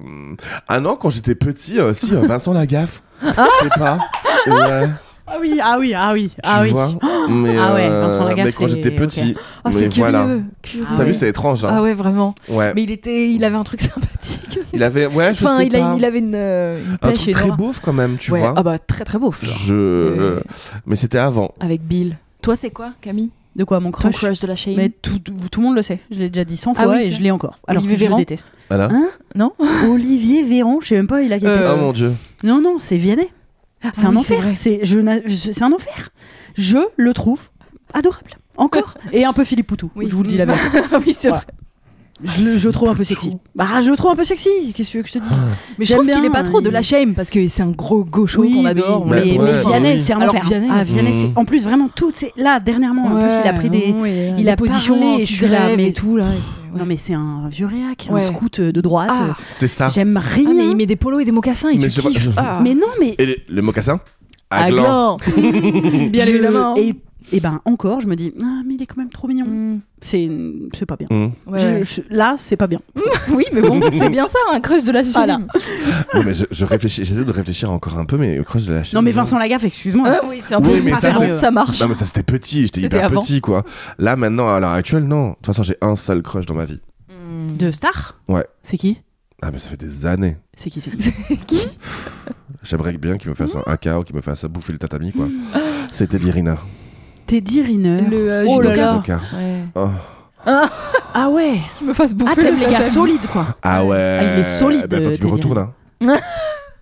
Ah non, quand j'étais petit, euh, si, euh, Vincent Lagaffe. Je sais pas. Ouais. Ah oui, ah oui, ah oui, Tu ah oui. vois mais, Ah ouais, euh, Vincent Lagaffe, mais quand c'est- j'étais ok. petit. Ah, mais c'est curieux. voilà. curieux. Ah T'as ouais. vu, c'est étrange. hein. Ah ouais, vraiment. Ouais. Mais il était, il avait un truc sympathique. Il avait, ouais, je Enfin, sais il, a, pas. il avait une, euh, une un pêche truc très énorme. beauf quand même, tu Ouais. vois. Ah bah très très beau. genre. Je. Euh, Mais c'était avant. Avec Bill. Toi, c'est quoi, Camille De quoi, mon Ton crush crush de la Shane Mais tout, tout, tout le monde le sait. Je l'ai déjà dit 100 Ah fois oui, et c'est- je l'ai encore. Alors Olivier que je Véran le déteste. Voilà. Hein Non [laughs] Olivier Véran, je sais même pas, il a quel Euh, pétard. Oh mon dieu. Non, non, c'est Vianney. C'est Ah un oui, enfer. vrai. C'est je n'a- je- c'est un enfer. Je le trouve adorable. [laughs] Encore. Et un peu Philippe Poutou. Oui. Je vous le dis [laughs] la vérité. Ah oui, c'est vrai. Je le, je le trouve un peu sexy. Bah, je le trouve un peu sexy. Qu'est-ce que tu veux que je te dise Mais je J'aime trouve qu'il bien, est pas trop de il- la shame parce que c'est un gros gaucho Oui, qu'on oui, adore. on mais- l'aime. ouais, mais Vianney, oui. c'est un Alors, enfer. Vianney- ah, Vianney, c'est Mm. en plus vraiment tout. C'est là dernièrement. En plus, il a pris des. il il a a parlé, position je suis là, mais- et tout là. et- ouais. Non mais c'est un vieux réac, Ouais. un scout euh, de droite. Ah. Euh, C'est ça. J'aime Ah, rien. mais il mais... met des polos et des mocassins et Mais tu je sais pas, [laughs] kiffes. je- Ah. non mais. Et le, le mocassin Ah, Aglan. [laughs] gland. Bien je- évidemment. hein. Et, et ben encore, je me dis, ah, mais il est quand même trop mignon. Mm. C'est c'est pas bien. Mmh. Ouais, Je- ouais. je- là, c'est pas bien. Oui, mais [laughs] bon, c'est bien ça, un crush de la Shane. Voilà. Non, mais je, je réfléchis, j'essaie de réfléchir encore un peu, mais le crush de la chaîne. Non mais Vincent Lagaffe, excuse-moi. Ah oui, c'est un peu Oui, mais c'est ça, bon, c'est- ça marche. Non, mais ça c'était petit, j'étais C'était hyper avant. petit quoi. Là maintenant, à l'heure actuelle, non. De toute façon, j'ai un seul crush dans ma vie. Mm. De Star Ouais. C'est qui Ah, mais ça fait des années. C'est qui C'est qui J'aimerais bien qu'il me fasse un, un chaos, qu'il me fasse bouffer le tatami [gasps] quoi. C'était l'Irina. Teddy Riner. Le euh, Oh là judoka. là. Judoka. Ouais. Oh. Ah ouais Qui me fasse bouffer. Ah t'aimes le les gars tatami. solides quoi [laughs] Ah ouais. Ah, il est solide, Ben, faut euh, qu'il me Teddy retourne. [laughs] hein.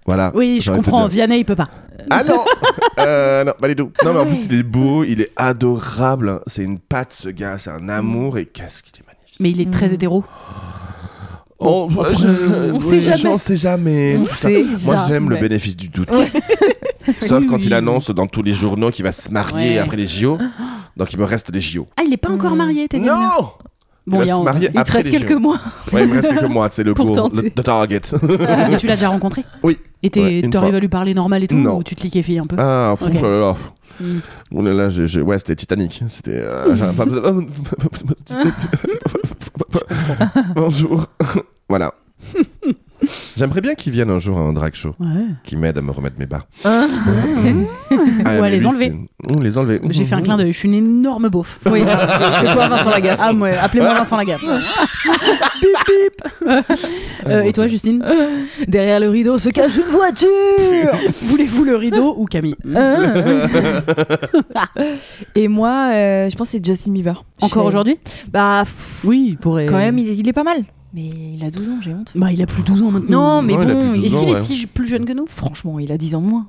voilà. Oui, je J'aurais pu comprends, dire. Vianney il peut pas. Ah [laughs] non Euh, Non, pas du tout. Non, mais en Ah ouais. plus, il est beau, il est adorable. hein. C'est une patte, ce gars. C'est un amour. Et qu'est-ce qu'il est magnifique. Mais il est très Mm. hétéro. On, je- on sait je- jamais. On sait jamais. On tout ça. sait Moi, jamais. j'aime le bénéfice du doute. Ouais. [laughs] Sauf Oui, quand oui. il annonce dans tous les journaux qu'il va se marier Ouais. après les [gasps] JO. Donc, il me reste des JO. Ah, il est pas encore Mm. marié, Teddy Riner Non Bon, Il va y a se un- marier Il te après reste les quelques JO. mois. Ouais, il me reste quelques mois. [laughs] C'est le Pour cours. tenter. Le, le target. Mais tu l'as déjà rencontré [laughs] Oui. Et t'es- Ouais, une t'arrives fois. à lui parler normal et tout Non. Ou tu te liquéfies un peu Ah, fou, Ok. oh là là. Mm. On est là, j'ai- j'ai- ouais, c'était Titanic. C'était. Hmm. euh, j'avais pas besoin- [laughs] Bonjour. voilà. J'aimerais bien qu'ils viennent un jour à un drag show, Ouais. qu'ils m'aident à me remettre mes bars. Hein Ah, Ou à mais les oui, enlever. c'est- Ou les enlever. J'ai fait un clin d'œil, je suis une énorme beauf. Oui, c'est toi Vincent Lagaffe. Ah ouais, appelez-moi Vincent Lagaffe. bip bip. Euh, et toi Justine Derrière le rideau se cache une voiture. Voulez-vous le rideau ou Camille Euh, Hein [laughs] Et moi, euh, je pense que c'est Justin Bieber. Encore Chez- aujourd'hui Bah, pff, Oui, il pourrait. quand même, il est, il est pas mal. Mais il a 12 ans, j'ai honte. Bah, il a plus 12 ans maintenant. Non, mais il a bon, plus de 12 est-ce ans, qu'il est ouais. si plus jeune que nous Franchement, il a 10 ans de moins.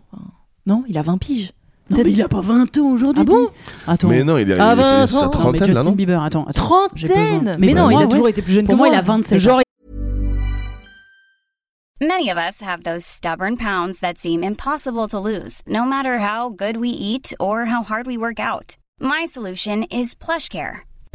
Non, il a 20 piges. Non, mais il a pas 20 ans aujourd'hui. Ah bon dis. Attends. Mais non, il est Ah, il est- c'est- c'est vingt sa ans. bah, Non, mais trentaine là, Justin non Bieber, attends. attends. J'ai Trentaine besoin. Mais Mais non, bah, il a ouais. toujours été plus jeune Pour que moi, moi. il a 27. Genre, Many of us have those stubborn pounds that seem impossible to lose, no matter how good we eat or how hard we work out. My solution is PlushCare.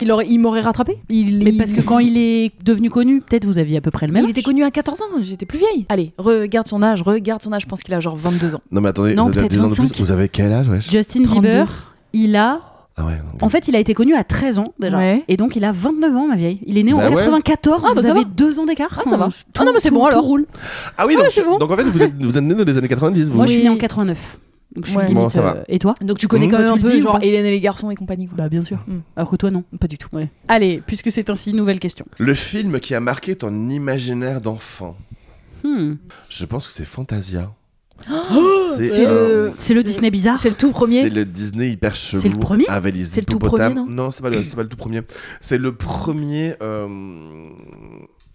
il aurait- il m'aurait rattrapé. Il, Mais il- parce que quand il est devenu connu, peut-être vous aviez à peu près le même. Il était connu à 14 ans, j'étais plus vieille. Allez, regarde son âge, regarde son âge, je pense qu'il a genre 22 ans. Non, mais attendez, Non, vous avez peut-être 10 ans de plus. 25. Vous avez quel âge, wesh Justin 32. Bieber, il a. Ah ouais. donc- En fait, il a été connu à 13 ans déjà. Ouais. Et donc, il a 29 ans, ma vieille. Il est né en Bah ouais. 94. Ah, bah, vous ça avez va. deux ans d'écart. Ah, ça va. Enfin, Ah non, mais c'est tout- bon tout alors. roule. Ah oui, Ouais, donc, c'est bon. donc en fait, vous êtes, vous êtes né dans les années 90, vous Moi, je suis Oui. né en 89. Donc, je suis Ouais. limite, Bon, ça va. euh, Et toi Donc tu connais Mmh. quand même Toi, un tu le peu dis ou genre pas Hélène et les garçons et compagnie quoi. Bah, bien sûr. Mm. Alors que toi, non. Pas du tout. Allez, puisque c'est ainsi, nouvelle question. Le film qui a marqué ton imaginaire d'enfant, Hmm. je pense que c'est Fantasia. Ah, c'est un- le- C'est le Disney bizarre. C'est le tout C'est premier. le Disney hyper chelou. le premier Avec les C'est le tout hippopotames. premier, Non, c'est [clears throat] pas, le- c'est pas le tout premier. C'est le premier. euh,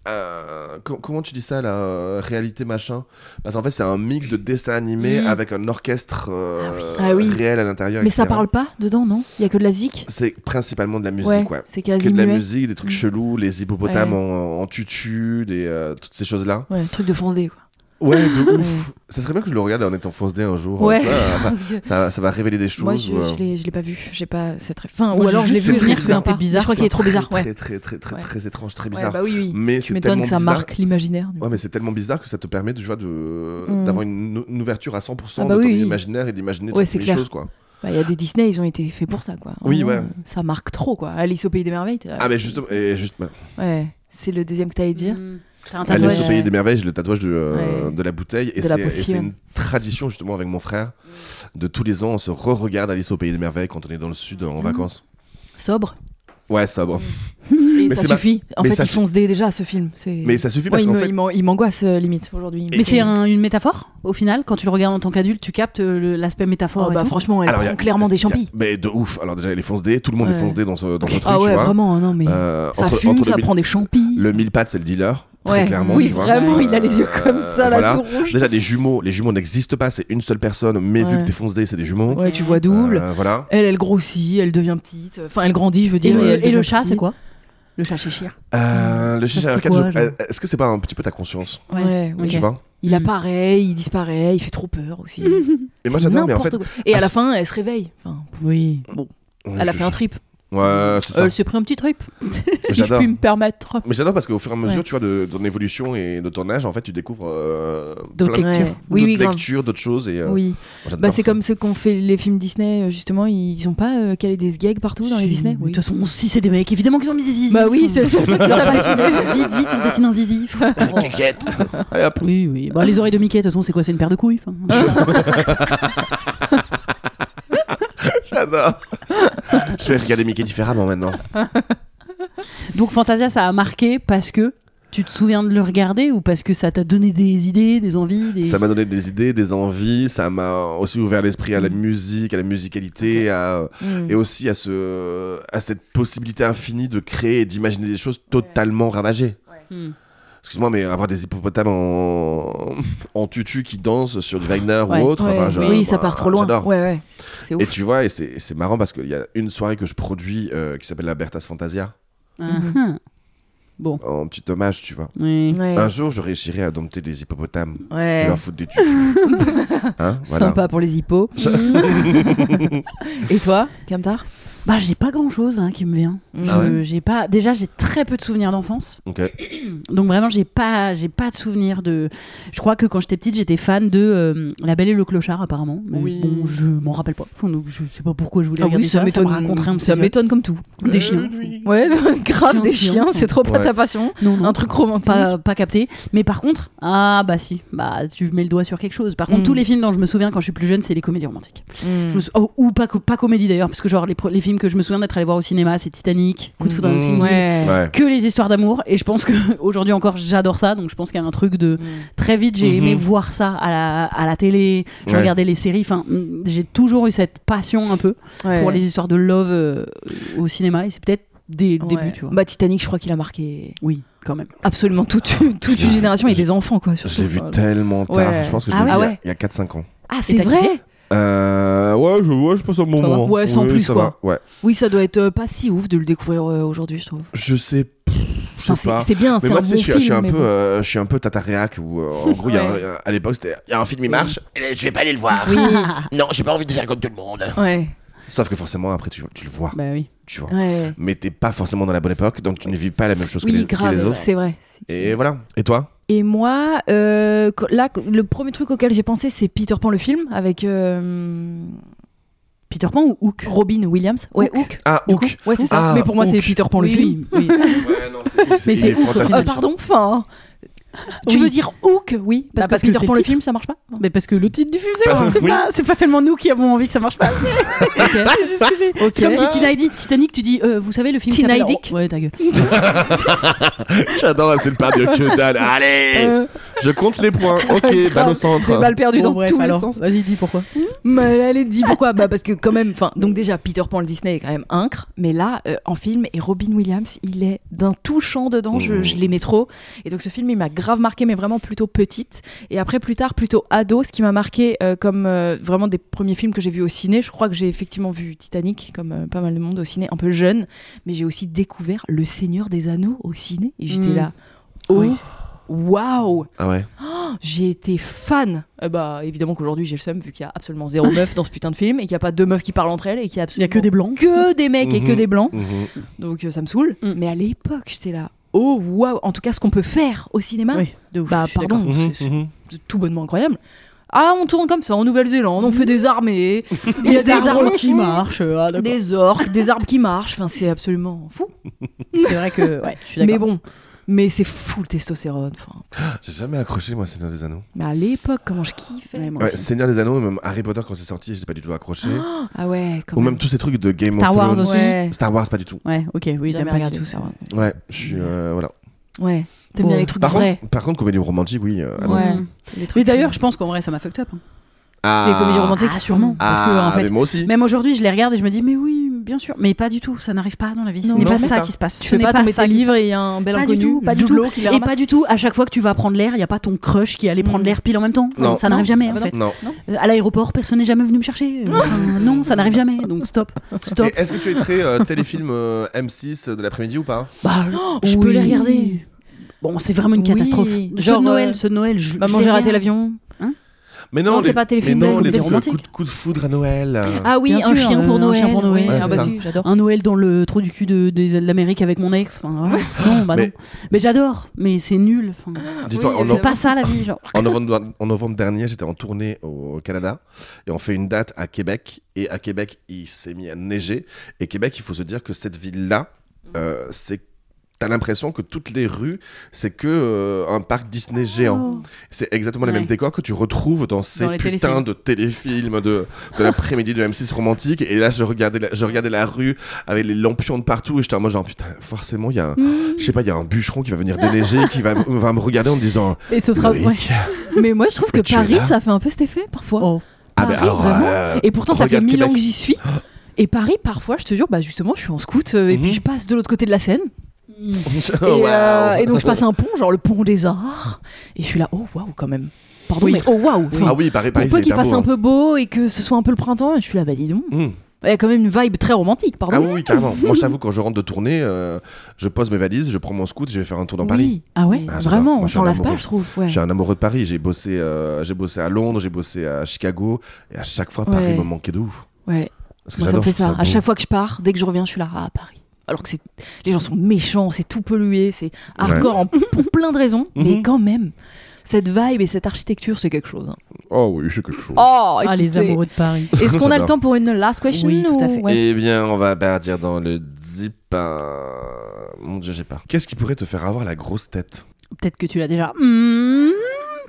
euh, co- comment tu dis ça, la réalité machin Parce qu'en fait, c'est un mix de dessin animé Mm. avec un orchestre euh, Ah oui. réel à l'intérieur. Mais ça etc.. parle pas dedans, non Il y a que de la zik. C'est principalement de la musique, Ouais, ouais. c'est Que quasi de la muet. musique, des trucs Mm. chelous, les hippopotames Ouais. en, en tutu, des, euh, toutes ces choses-là. Ouais, truc de fonce D quoi. Ouais, [laughs] de ouf. Ça serait bien que je le regarde en étant fausse dé un jour. hein, Ouais. tu vois, ça, Parce que- ça- ça va révéler des choses. Moi, je, ou, euh, je l'ai, je l'ai pas vu. J'ai pas. C'est très. Moi, Enfin, ou j'ai alors je l'ai juste vu vu venir, très mais c'était bizarre. bizarre. Je crois c'est qu'il est trop très, bizarre. Ouais. Très, très, très, très, Ouais. très étrange, très Ouais, bizarre. bah oui, oui. Mais Tu c'est m'étonnes, tellement ça bizarre. marque l'imaginaire. du Ouais, mais c'est tellement bizarre que ça te permet, tu vois, de Mm. d'avoir une, une ouverture à 100% Ah bah de ton oui, oui. imaginaire et d'imaginer Ouais, toutes c'est les clair. choses, quoi. Bah, il y a des Disney, ils ont été faits pour ça, quoi. Oui, Oh, ouais. Ça marque trop, quoi. Alice au pays des merveilles. t'es là. Ah, mais justement, et juste, bah, Ouais. C'est le deuxième que t'allais dire. Mmh. T'as un Tatouage, Alice au tatouage. pays des merveilles, j'ai le tatouage de, euh, Ouais. de la bouteille. Et De la c'est et c'est peau une tradition, justement, avec mon frère. De tous les ans, on se re-regarde Alice au pays des merveilles quand on est dans le sud euh, Ah. en vacances. Sobre. Ouais, ça, bon. Et Mais ça c'est ma- suffit. En mais fait, ça ils su- sont dé- déjà ce film. C'est. Mais ça suffit Moi, parce il qu'en me- fait. il m'en- il m'angoisse euh, limite aujourd'hui. Et- Mais c'est un- une métaphore, au final, quand tu le regardes en tant qu'adulte, tu captes euh, le- l'aspect métaphore. Oh, et bah tout. franchement, elle Alors, y prend a- clairement des y a- champis. Mais de ouf. Alors, déjà, les fonce dés, tout le monde est Ouais. fonce dés dans ce, dans ce truc, Ah ouais, tu vois. vraiment, non mais Euh, ça entre- fume, entre le ça mi- prend des champis. Le mille pattes, c'est le dealer. Très Ouais. clairement, oui, tu vois. vraiment, il a les yeux Euh, comme ça, là, voilà. tout rouge. Déjà, des jumeaux. Les jumeaux n'existent pas, c'est une seule personne, mais vu Ouais. que t'es fonce dés, c'est des jumeaux. Ouais, tu vois double. Euh, voilà. Elle, elle grossit, elle devient petite. Enfin, elle grandit, je veux Et, dire. le- elle et le devient chat, petite. c'est quoi Le chat Cheshire. Euh, le Cheshire c'est Cat, quoi, je- euh, genre est-ce que c'est pas un petit peu ta conscience Ouais, oui. Tu vois Il Mm. Mm-hmm. apparaît, il disparaît, il fait trop peur aussi. Et moi, ah, C'est j'adore, mais en fait. n'importe quoi. Et à à la ce- fin, elle se réveille. Enfin, oui. Bon, elle a fait un trip. Ouais, c'est ça. Elle s'est pris un petit trip, si je J'adore. puis me permettre. Mais j'adore parce qu'au fur et à mesure, Ouais. tu vois, de de ton évolution et de ton âge, en fait, tu découvres euh, D'autres plein de- lectures. Oui, oui, d'autres grave. lectures, d'autres choses. Et, euh, Oui. j'adore Bah, c'est ça. comme ceux qu'on fait les films Disney, euh, justement, ils ont pas euh, calé des gags partout dans les Si, Disney De Oui. toute façon, si c'est des mecs, évidemment qu'ils ont mis des zizi. Bah [laughs] oui, c'est le seul truc qui Leur s'appelle dessine- Vite, vite, on dessine un [laughs] zizi. Quéquette. Allez, hop. Oui, oui. Bah, les oreilles de Mickey, de toute façon, c'est quoi C'est une paire de couilles [laughs] enfin. J'adore. [laughs] Je vais regarder Mickey différemment maintenant. Donc, Fantasia, ça a marqué parce que tu te souviens de le regarder ou parce que ça t'a donné des idées, des envies des... Ça m'a donné des idées, des envies. Ça m'a aussi ouvert l'esprit à la musique, à la musicalité, à, Mm. et aussi à, ce, à cette possibilité infinie de créer et d'imaginer des choses totalement ravagées. Hmm. Excuse-moi, mais avoir des hippopotames en, [laughs] en tutu qui dansent sur du Wagner Ouais. ou autre. Ouais, enfin, je- oui, moi, ça part trop loin. j'adore. Ouais, ouais. C'est Et ouf. tu vois, et c'est et c'est marrant parce qu'il y a une soirée que je produis euh, qui s'appelle la Bertas Fantasia, Ah, en petit hommage, tu vois. oui. Ouais. Un jour, je réussirai à dompter des hippopotames et Ouais. leur foutre [laughs] des tutus. hein, voilà. Sympa pour les [laughs] hippos. Et toi, Camtar Bah, j'ai pas grand chose qui me vient. Mm. Je- j'ai pas... Déjà, j'ai très peu de souvenirs d'enfance. Ok. Donc vraiment, j'ai pas, j'ai pas de souvenir de. Je crois que quand j'étais petite, j'étais fan de euh, La Belle et le Clochard, apparemment. Mais Oui. bon, je m'en rappelle pas. Enfin, donc, je sais pas pourquoi je voulais Ah regarder oui, ça ça. Ça me m'étonne. raconterait un Ça peu m'étonne comme tout. des chiens. Ouais, [laughs] grave Chiens, des chiens. chiens, c'est trop pas Ouais. ta passion. Non, non, Un truc romantique. euh, pas, pas capté. Mais par contre, ah bah si, bah tu mets le doigt sur quelque chose. Par contre, Mm. tous les films dont je me souviens quand je suis plus jeune, c'est les comédies romantiques. Mm. Je me sou- oh, ou pas, co- pas comédie d'ailleurs, parce que genre les, pro- les films que je me souviens d'être allé voir au cinéma, c'est Titanic, Coup de foudre à Mm. Notting Hill, Ouais. Ouais. Que les histoires d'amour, et je pense que [laughs] aujourd'hui encore j'adore ça, donc je pense qu'il y a un truc de très vite j'ai aimé Mhm. voir ça à la, à la télé je Ouais. regardais les séries enfin mm, j'ai toujours eu cette passion un peu Ouais. pour les histoires de love euh, au cinéma et c'est peut-être dès le Ouais. début tu vois Bah, Titanic, je crois qu'il a marqué oui quand même absolument toute, toute une génération et des enfants, quoi. surtout. J'ai vu tellement tard. Ouais. Je pense que je Ah l'ai ouais. vu il Ah y a- ouais. il y a, 4-5 ans. Ah, Et c'est t'as vrai kiffé Euh, ouais, je, ouais, je passe un bon Ça va. moment. Ouais, sans Oui, plus, ça quoi. va. Ouais. Oui, ça doit être euh, pas si ouf de le découvrir euh, aujourd'hui, je trouve. Je sais, pff, je Enfin, sais c'est pas. c'est bien, Mais c'est un moi, bon tu sais, je, suis- film. je suis un mais peu, bon. euh, je suis un peu tataréac où, euh, en gros, il y a- il y a- à l'époque, c'était, il y a un film, il marche. Et Eh, Je vais pas aller le voir. Oui, euh, Non, j'ai pas envie de faire comme tout le monde. [laughs] ouais, Sauf que forcément, après, tu, tu le vois, bah oui tu vois. ouais. Mais t'es pas forcément dans la bonne époque, donc tu ne vis pas la même chose que, Oui, les, que les grave, autres. c'est vrai. Et voilà. Et toi Et moi, euh, co- là, co- le premier truc auquel j'ai pensé, c'est Peter Pan le film avec euh, Peter Pan ou Hook Robin Williams. Ouais, Hook. Hook. Ah, du Hook. coup. Ouais, c'est ça. Ah, Mais pour moi, c'est Hook. Peter Pan Oui, le film. oui, oui. Ouais, non, c'est [laughs] Hook, Mais il c'est est Hook, au fantastique. Ah, pardon, enfin. Tu Oui. veux dire Hook, oui, parce Bah, parce que que Peter c'est Pan le le titre. film, ça marche pas. mais parce que le titre du film c'est [laughs] Pardon, c'est oui. pas, c'est pas tellement nous qui avons envie que ça marche pas [laughs] Ok. C'est juste que c'est- Ok. c'est comme si Tina dit Titanic tu dis euh, vous savez le film Tina s'appelle- Dick. ouais ta gueule J'adore, c'est le part de que dalle. [laughs] Allez Euh, Je compte les points. Ok, balle au Des centre. balles perdues Bon, dans bref, tous alors, les sens. Hmm vas-y dis pourquoi Mais allez, dis pourquoi Bah parce que quand même, enfin, donc déjà Peter Pan le Disney est quand même incre, mais là euh, en film et Robin Williams, il est d'un touchant dedans. Je, je l'aimais trop. Et donc ce film, il m'a grave marqué, mais vraiment plutôt petite. Et après plus tard, plutôt ado, ce qui m'a marqué euh, comme euh, vraiment des premiers films que j'ai vus au ciné. Je crois que j'ai effectivement vu Titanic, comme euh, pas mal de monde au ciné, un peu jeune, mais j'ai aussi découvert Le Seigneur des Anneaux au ciné. Et j'étais Mm. là. Hmm. Oh Oui, waouh, Ah ouais. j'ai été fan. Eh bah évidemment qu'aujourd'hui j'ai le seum vu qu'il y a absolument zéro meuf dans ce putain de film et qu'il n'y a pas deux meufs qui parlent entre elles et qu'il y a Il y absolument a que des blancs. que des mecs et que Mhm. des blancs. Mhm. Donc euh, ça me saoule. Mm. Mais à l'époque, j'étais là. Oh waouh En tout cas, ce qu'on peut faire au cinéma, Oui, de ouf. Bah, je suis pardon. d'accord. Mhm, c'est- c'est- mhm. de tout bonnement incroyable. Ah, on tourne comme ça en Nouvelle-Zélande, on fait [laughs] des armées, Il y a des arbres arbres qui marchent. ah, d'accord. des orques, des arbres qui marchent. Enfin, c'est absolument fou. [laughs] C'est vrai que ouais, je suis d'accord. Mais bon, mais c'est fou le testostérone. Enfin, J'ai jamais accroché, moi, Seigneur des Anneaux. mais à l'époque, comment je kiffais. Ouais, moi Ouais, aussi. Seigneur des Anneaux, et même Harry Potter quand c'est sorti, j'ai pas du tout accroché. Ah ouais, quand Ou même tous ces trucs de Game Star of Wars Thrones. aussi. Ouais. Star Wars, pas du tout. Ouais, ok, oui, J'ai t'aimes jamais pas regardé du tout ça. ça. Ouais, Ouais, je suis. euh, voilà. Ouais. t'aimes Bon. bien les trucs Par vrais. contre, par contre, comédie romantique, oui. euh, ah non. Ouais. Mm. Les trucs Mais d'ailleurs, je pense qu'en vrai, ça m'a fucked up. hein. Ah, les comédies romantiques, Ah, sûrement. Ah, Parce que, en mais fait, moi aussi. même aujourd'hui, je les regarde et je me dis, mais oui, bien sûr. Mais pas du tout, ça n'arrive pas dans la vie. Non, ce n'est non, pas mais ça ça. qui se passe. Tu Ce fais n'est pas tomber ça tes qui se livres passe. et il y a un bel Pas du inconnu, tout, pas du Jublot, tout. qui les Et ramasse. pas du tout, à chaque fois que tu vas prendre l'air, il n'y a pas ton crush qui allait prendre Mm. l'air pile en même temps. Enfin, Non. Ça n'arrive jamais, en fait. Non. Euh, À l'aéroport, personne n'est jamais venu me [laughs] chercher. Euh, enfin, non, ça n'arrive jamais. Donc stop, stop. Et Est-ce que tu es très euh, téléfilm euh, M6 de l'après-midi ou pas [gasps] Bah, je peux oui. les regarder. Bon, c'est vraiment une Oui. catastrophe. Bah, Genre, ce Noël, euh, ce Noël, je, je Maman, j'ai les raté regarde. l'avion. Mais Non, non, c'est les- pas téléfilm Mais de non, les comédie films romantique. coup, de- coup de foudre à Noël. euh. Ah oui, Bien un, sûr, chien euh, pour un Noël. chien pour Noël, ouais, ouais, ah bah c'est ça. si, j'adore. Un Noël dans le trou du cul de, de l'Amérique avec mon ex. Enfin, voilà. non, bah non. Mais- Mais j'adore, mais c'est nul. Enfin, Dis-toi, Ah, oui, en, c'est c'est pas ça la vie, genre. en novembre, en novembre dernier, j'étais en tournée au Canada et on fait une date à Québec. Et à Québec, il s'est mis à neiger. Et Québec, il faut se dire que cette ville-là, euh, c'est. T'as l'impression que toutes les rues, c'est que euh, un parc Disney géant. C'est exactement les Oh. Ouais. mêmes décors que tu retrouves dans ces Dans les putains téléfilms. de téléfilms de, de l'après-midi de M6 romantique. Et là, je regardais, la, je regardais la rue avec les lampions de partout. Et j'étais en mode genre, putain, forcément, il y a un, Hmm. je sais pas, il y a un bûcheron qui va venir déneiger, qui va, va me regarder en me disant, Et ce sera. Loïc, ouais. Mais moi, je trouve que Mais tu es Paris, là. ça fait un peu cet effet parfois. Oh. ah, ben Paris, alors, vraiment euh, Et pourtant, ça fait regarde mille ans Québec. que j'y suis. Et Paris, parfois, je te jure, bah justement, je suis en scout euh, et Mhm. puis je passe de l'autre côté de la Seine. [laughs] Et, Oh, euh, waouh. et donc, je passe un pont, genre le pont des Arts. Et je suis là, oh waouh, quand même. Pardon, mais oh waouh. Enfin, ah oui, Paris, Paris, pour peu c'est qu'il hyper fasse beau, un hein. peu beau et que ce soit un peu le printemps, je suis là, bah dis donc. Mm. Il y a quand même une vibe très romantique, pardon. Ah oui, oui, carrément. Moi, je t'avoue, quand je rentre de tournée, euh, je pose mes valises, je prends mon scoot, je vais faire un tour dans Oui. Paris. Ah ouais Mais Ah, j'adore. Vraiment, Moi, on je suis s'en un lasse pas, amoureux. je trouve. ouais. Je suis un amoureux de Paris. J'ai bossé, euh, j'ai bossé à Londres, j'ai bossé à Chicago, et à chaque fois, Paris Ouais. me manquait de ouf. Ouais. Parce que Moi, ça me j'adore fait je trouve ça. À beau. chaque fois que je pars, dès que je reviens, je suis là ah, à Paris. Alors que c'est les gens sont méchants, c'est tout pollué, c'est hardcore en- [laughs] pour plein de raisons, mais Mhm. quand même, cette vibe et cette architecture, c'est quelque chose. hein. Oh oui, c'est quelque chose. Oh, Ah, les [laughs] écoutez, amoureux de Paris. Est-ce qu'on a le J'adore. temps pour une last question Oui, tout à fait. ou- ouais. Eh bien, on va partir dans le zip. euh, Mon dieu, j'ai pas. Qu'est-ce qui pourrait te faire avoir la grosse tête Peut-être que tu l'as déjà. Hmm,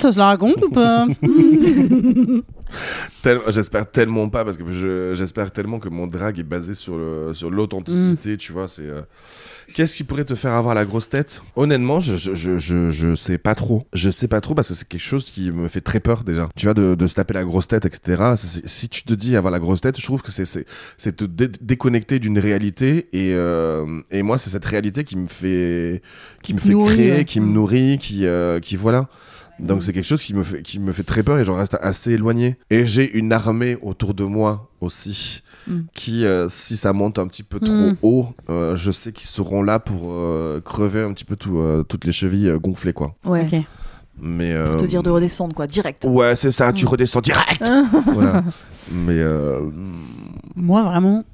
ça se la raconte ou pas Tel- J'espère tellement pas, parce que je- j'espère tellement que mon drag est basé sur le- sur l'authenticité, tu vois. C'est. euh, Qu'est-ce qui pourrait te faire avoir la grosse tête Honnêtement, je, je, je, je, je sais pas trop. Je sais pas trop parce que c'est quelque chose qui me fait très peur déjà. Tu vois, de, de se taper la grosse tête, etc. C'est- c'est- Si tu te dis avoir la grosse tête, je trouve que c'est- c'est c'est te dé- déconnecter d'une réalité et, euh, et moi c'est cette réalité qui me fait qui me te fait nourrit, créer ouais. Mm. qui me nourrit qui euh, qui voilà donc c'est quelque chose qui me fait qui me fait très peur et j'en reste assez éloigné et j'ai une armée autour de moi aussi Mm. qui euh, si ça monte un petit peu trop Mm. haut euh, je sais qu'ils seront là pour euh, crever un petit peu tout, euh, toutes les chevilles euh, gonflées quoi Ouais. Ok. mais Pour te euh, dire de redescendre quoi, direct. ouais c'est ça tu Mm. [laughs] redescends direct voilà mais euh, Moi, vraiment,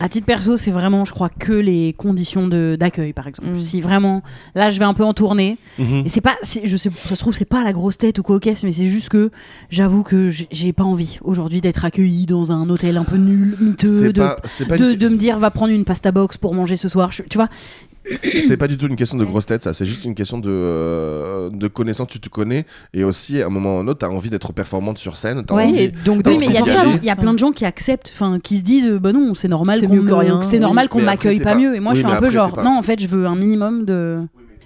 à titre perso, c'est vraiment, je crois, que les conditions de- d'accueil, par exemple. Mm. Si vraiment, là, je vais un peu en tournée. Et c'est pas, c'est- je sais, ça se trouve, c'est pas la grosse tête ou quoi, ok, mais c'est juste que j'avoue que j'ai- j'ai pas envie aujourd'hui d'être accueilli dans un hôtel un peu nul, miteux, c'est de, pas c'est pas de, une- de me dire va prendre une pasta box pour manger ce soir. Je- tu vois, C'est pas du tout une question de grosse tête, ça. C'est juste une question de, euh, de connaissance. Tu te connais. Et aussi, à un moment ou à un autre, t'as envie d'être performante sur scène. T'as Ouais, envie... Et donc, Oui, de- oui, mais il y a envie des d'y gens- aller. il y a plein de gens qui acceptent, enfin, qui se disent, euh, bah non, c'est normal C'est qu'on mieux que me- rien. que c'est Oui, normal qu'on mais après, m'accueille t'es pas, pas- mieux. Et moi, oui, je suis mais un peu après, t'es genre, pas- non, en fait, je veux un minimum de.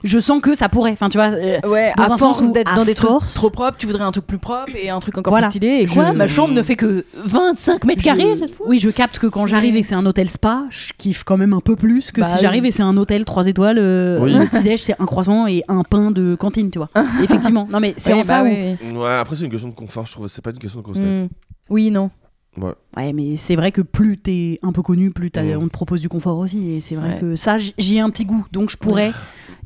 Je sens que ça pourrait, enfin, tu vois. euh, Ouais, Dans à un force sens où, d'être à dans des trucs force- trop propres, tu voudrais un truc plus propre et un truc encore Voilà. plus stylé. Et Je- quoi Ma chambre ne fait que 25 mètres Je- carrés cette fois. Oui, je capte que quand j'arrive Ouais. et que c'est un hôtel spa, je kiffe quand même un peu plus que Bah si j'arrive et c'est un hôtel 3 étoiles, euh, Oui. le petit-déj c'est un croissant et un pain de cantine, [laughs] tu vois. bah Effectivement. Non mais c'est en ça où- Ouais, après, c'est une question de confort. Je trouve. C'est pas une question de grosse tête. Mm. Hmm. Oui, non. Ouais. Ouais, mais c'est vrai que plus t'es un peu connu, plus t'as- Mm. on te propose du confort aussi. Et c'est vrai Ouais. que ça, j- j'y ai un petit goût. Donc je pourrais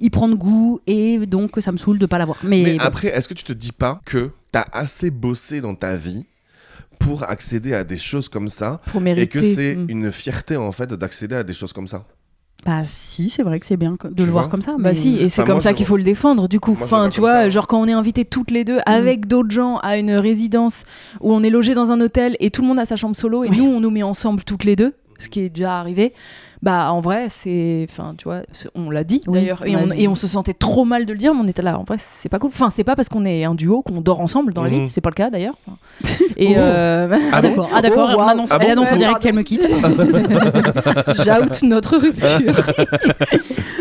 y prendre goût et donc ça me saoule de pas l'avoir. Mais, Mais bon. après, est-ce que tu te dis pas que t'as assez bossé dans ta vie pour accéder à des choses comme ça pour mériter. et que c'est Mm. une fierté en fait d'accéder à des choses comme ça Bah si, c'est vrai que c'est bien que- de Tu le voir vois comme ça. Bah mais- si, et c'est Enfin, comme moi, ça je qu'il vois- faut le défendre du coup. Moi, je le enfin, vois tu comme vois, ça. genre quand on est invité toutes les Mm. deux avec d'autres gens à une résidence où on est logé dans un hôtel et tout le monde a sa chambre solo et nous on nous met ensemble toutes les Mm. deux, ce qui est déjà arrivé. Bah en vrai, c'est enfin tu vois, c'est- on l'a dit Oui, d'ailleurs et on on, l'a dit. et on se sentait trop mal de le dire, mais on était là en vrai, c'est pas cool. Enfin, c'est pas parce qu'on est un duo qu'on dort ensemble dans la Mhm. vie, c'est pas le [laughs] cas d'ailleurs. et Mm-hmm. Oh. euh, Ah bon D'accord. Ah d'accord, Oh, elle waouh. annonce, Ah elle bon annonce en Ouais, direct pardon. qu'elle me [laughs] quitte. j'out notre rupture.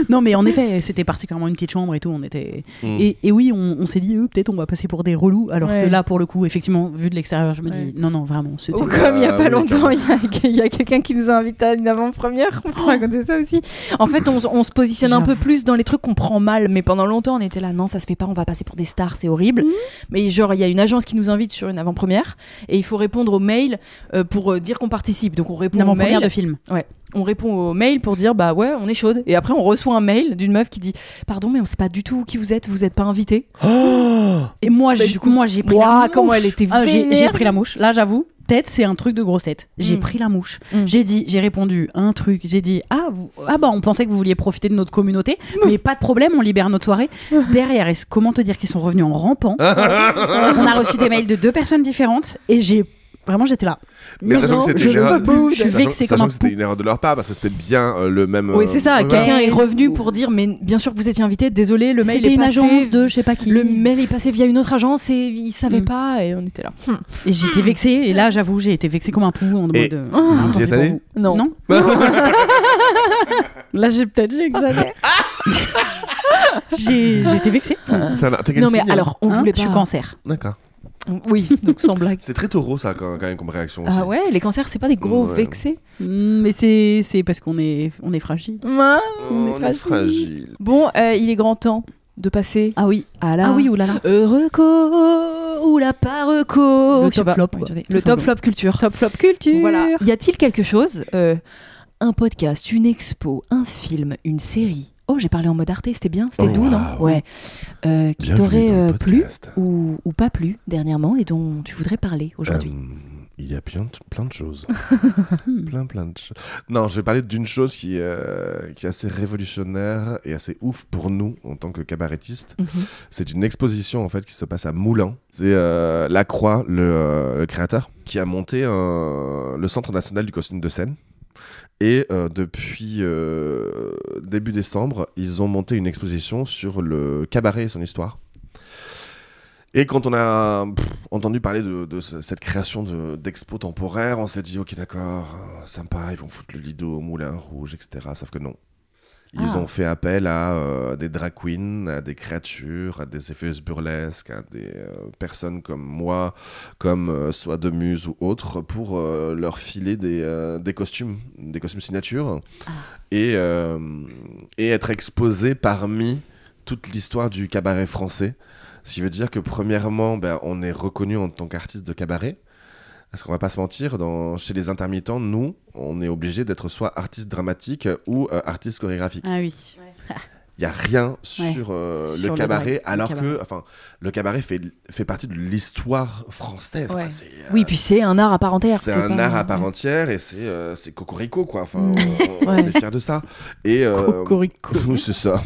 non mais en effet, c'était particulièrement une petite chambre et tout. On était Mm. et, et oui, on, on s'est dit euh, peut-être on va passer pour des relous. Alors Ouais. que là, pour le coup, effectivement, vu de l'extérieur, je me Ouais. dis non non vraiment, c'était Ou comme il y euh, a Ah pas oui, longtemps, il y a- il y a, quelqu'un qui nous a invité à une avant-première. Oh. On peut raconter ça aussi. En fait, on, s- on se positionne un peu plus dans les trucs qu'on prend mal, mais pendant longtemps, on était là, non, ça se fait pas, on va passer pour des stars, c'est horrible. Mmh. Mais genre, il y a une agence qui nous invite sur une avant-première et il faut répondre aux mails euh, pour euh, dire qu'on participe. Donc on répond une aux avant-première mails. de film. On répond aux mails pour dire bah ouais, on est chaude. Et après, on reçoit un mail d'une meuf qui dit pardon, mais on sait pas du tout qui vous êtes, vous êtes pas invité. Et moi, Bah, j'ai- du coup- moi j'ai pris Ouah, la mouche. comment elle était Ah, j'ai, vénère. j'ai pris la mouche. Là, j'avoue, tête, c'est un truc de grosse tête. J'ai Mm. pris la mouche. Mm. J'ai dit, j'ai répondu un truc. J'ai dit ah vous- ah bah on pensait que vous vouliez profiter de notre communauté, mais pas de problème, on libère notre soirée. Derrière, est-ce comment te dire qu'ils sont revenus en rampant On a reçu des mails de deux personnes différentes et j'ai vraiment j'étais là. Mais sachant que non, c'était je Gérard- veux pas, je suis [laughs] sachant- vexée sachant comme un que c'était pou- une erreur de leur part parce que c'était bien euh, le même. Oui, euh, c'est ça. voilà. Quelqu'un est Ouais. revenu pour dire, mais bien sûr que vous étiez invité. Désolé, le mail C'était est une passé. agence de je sais pas qui. Le mail est passé via une autre agence et ils savaient Mm. pas et on était là. Et j'étais vexée et là j'avoue j'ai été vexée comme un pou en Et mode. euh, vous y tant êtes pis pour allé vous. Non. Oh, Non. là j'ai peut-être j'exagère. j'ai j'ai été vexée. Ça n'a- t'as quel Non mais signe, hein alors on Hein, voulait Je pas. suis cancer. D'accord. Ah, Oui, donc sans [laughs] blague. C'est très taureau ça quand, quand même comme réaction. aussi. Ah ouais, les cancers c'est pas des gros Ouais. vexés. Mm, Mais c'est c'est parce qu'on est on est fragile. Oh, On on est est fragile. fragile. Bon, euh, il est grand temps de passer Ah oui. à la. Ah oui oulala. Heureux co ou la pas reco. Le Je sais top pas. flop, Ouais, quoi. attendez. Tout Le top simplement. flop culture. Top flop culture. Voilà. Y a-t-il quelque chose euh, Un podcast, une expo, un film, une série Oh, j'ai parlé en mode arte, c'était bien, c'était Oh, doux, non waouh. Ouais. Euh, qui Bienvenue t'aurait dans euh, le plu podcast. ou, ou pas plu dernièrement et dont tu voudrais parler aujourd'hui Euh, il y a plein de, plein de [laughs] choses. Hmm. plein, plein de choses. Non, je vais parler d'une chose qui, euh, qui est assez révolutionnaire et assez ouf pour nous en tant que cabarettistes. Ah Mhm. C'est une exposition en fait qui se passe à Moulins. C'est euh, Lacroix, le, euh, le créateur, qui a monté euh, le Centre national du costume de scène. Et euh, depuis euh, début décembre, ils ont monté une exposition sur le cabaret et son histoire. Et quand on a pff, entendu parler de, de ce- cette création de- d'expo temporaire, on s'est dit ok d'accord, euh, sympa, ils vont foutre le lido au moulin rouge, etc. Sauf que non. Ils Ah. ont fait appel à euh, des drag queens, à des créatures, à des effeuses burlesques, à des euh, personnes comme moi, comme euh, soit de muse ou autres, pour euh, leur filer des, euh, des costumes, des costumes signature, et, euh, et être exposés parmi toute l'histoire du cabaret français. Ce qui veut dire que premièrement, ben, on est reconnu en tant qu'artiste de cabaret. Parce qu'on va pas se mentir, dans, chez les intermittents, nous, on est obligé d'être soit artiste dramatique ou euh, artiste chorégraphique. Ah oui. Il y a rien sur, Ouais, euh, sur le le cabaret, drag, le alors cabaret. que, enfin, le cabaret fait, fait partie de l'histoire française. Ouais. Enfin, c'est, euh, Oui, puis c'est un art à part entière. c'est un pas- art à part entière et c'est euh, c'est cocorico quoi. Enfin, Mm. on, on Ouais. est fiers de ça. Et euh, [laughs] Cocorico. oui, [laughs] c'est ça.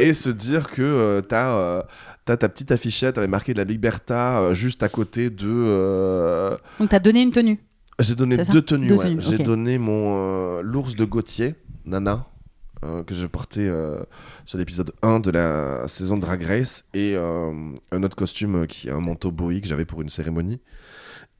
Et se dire que euh, t'as euh, t'as ta petite affichette avec marqué de la Big Bertha euh, juste à côté de. euh, Donc t'as donné une tenue. J'ai donné C'est ça deux tenues. Deux ouais. tenues, J'ai ok. donné mon euh, l'ours de Gauthier, Nana. euh, que je portais euh, sur l'épisode 1 de la saison de Drag Race et euh, un autre costume euh, qui est un manteau Bowie que j'avais pour une cérémonie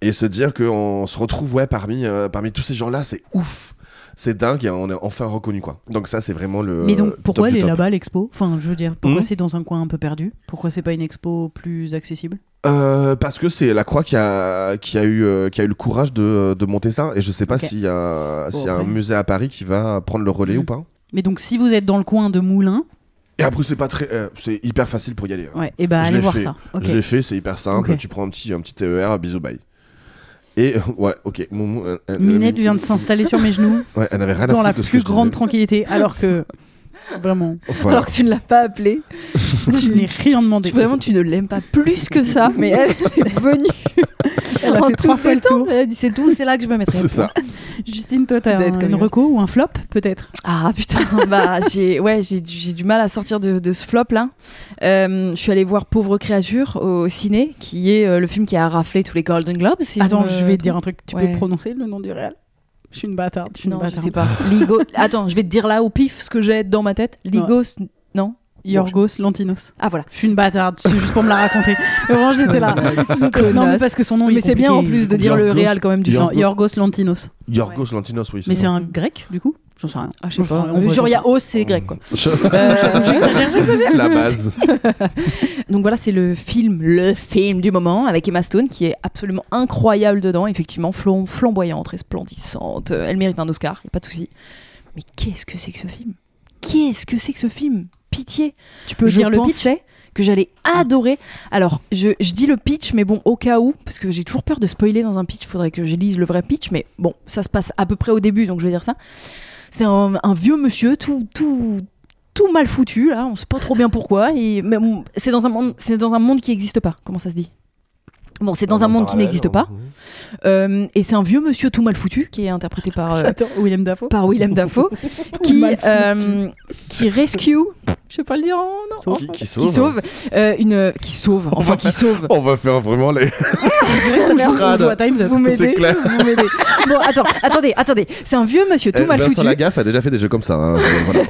et se dire qu'on se retrouve ouais parmi euh, parmi tous ces gens là c'est ouf c'est dingue et on est enfin reconnu quoi donc ça c'est vraiment le Mais donc Euh, top pourquoi du elle est top. là-bas l'expo Enfin je veux dire pourquoi Hmm c'est dans un coin un peu perdu Pourquoi c'est pas une expo plus accessible Euh, parce que c'est la croix qui a qui a eu euh, qui a eu le courage de, de monter ça et je sais pas Ok. s'il y a s'il y a un après. musée à Paris qui va prendre le relais Mhm. ou pas. Mais donc si vous êtes dans le coin de Moulins, Mm. Et après c'est pas très euh, c'est hyper facile pour y aller. hein. ouais, et bah Je allez l'ai voir fait. ça. Ok. Je l'ai fait, c'est hyper simple, Ok. tu prends un petit un petit TER, bisous E bye. Et [laughs] ouais, ok. Moumou, euh, euh, Minette euh, [laughs] vient de s'installer sur mes genoux Ouais, elle avait rien dans à la foutre de ce que plus je grande disais. tranquillité, alors que [laughs] vraiment, [laughs] Voilà. Alors que tu ne l'as pas [laughs] appelée. je n'ai rien demandé. Tu- Vraiment, tu ne l'aimes pas plus que [laughs] ça, mais elle est venue. Elle a en fait trois tout fois le détente. tour. Elle a dit c'est tout, c'est là que je me mettrai. C'est ça. Justine, toi, t'as D'être un, comme une elle. reco ou un flop peut-être Ah putain, [laughs] bah j'ai ouais, j'ai du, j'ai du mal à sortir de, de ce flop là. Euh, je suis allée voir Pauvre créature au ciné, qui est euh, le film qui a raflé tous les Golden Globes. si Attends, me je vais te dire un truc. Tu euh, ouais. peux prononcer le nom du réel Je suis une bâtarde. Je suis une Non, je bâtarde. sais pas. [laughs] Ligo... Attends, je vais te dire là au pif ce que j'ai dans ma tête. Ligos, non Yorgos Lantinos. Ah voilà. Je suis une bâtarde, c'est juste pour me la [laughs] raconter. Vraiment, j'étais là. non, mais parce que son nom il Mais est c'est bien en compliqué. plus de dire le Yorgos- réel quand même du Non, genre. Yorgos Lantinos. Yorgos Lantinos, oui. Mais c'est un grec, du coup J'en sais rien. Ah, je sais Enfin, pas. on voit Genre, il y a comme O, c'est grec quoi. un. Euh, La base. [laughs] Donc voilà, c'est le film, le film du moment avec Emma Stone qui est absolument incroyable dedans, effectivement flom- flamboyante, resplendissante. Euh, Elle mérite un Oscar, y a pas de souci. Mais qu'est-ce que c'est que ce film Qu'est-ce que c'est que ce film Pitié. Tu peux dire le pitch Ah. que j'allais adorer. Alors, je, je dis le pitch, mais bon, au cas où, parce que j'ai toujours peur de spoiler dans un pitch, faudrait que je lise le vrai pitch, mais bon, ça se passe à peu près au début, donc je vais dire ça. C'est un, un vieux monsieur, tout, tout, tout mal foutu là, on sait pas trop bien pourquoi. Et mais bon, c'est dans un monde, c'est dans un monde qui n'existe pas. Comment ça se dit Bon, c'est dans un monde qui hein. n'existe pas. Euh, et c'est un vieux monsieur tout mal foutu qui est interprété par euh, J'adore Willem Dafoe. par [laughs] Willem Dafoe, qui mal foutu. euh, qui rescue, je vais pas le dire, oh non, Sauve. Qui, qui sauve. qui sauve euh, une, qui sauve, enfin qui sauve. On va faire vraiment les. [laughs] Merde. Ou à Time's Up. Vous C'est m'aidez, clair. vous m'aidez. Bon, attends, attendez, attendez. C'est un vieux monsieur tout Eh, mal Vincent foutu. Lagaffe a déjà fait des jeux comme ça. [laughs] hein, voilà.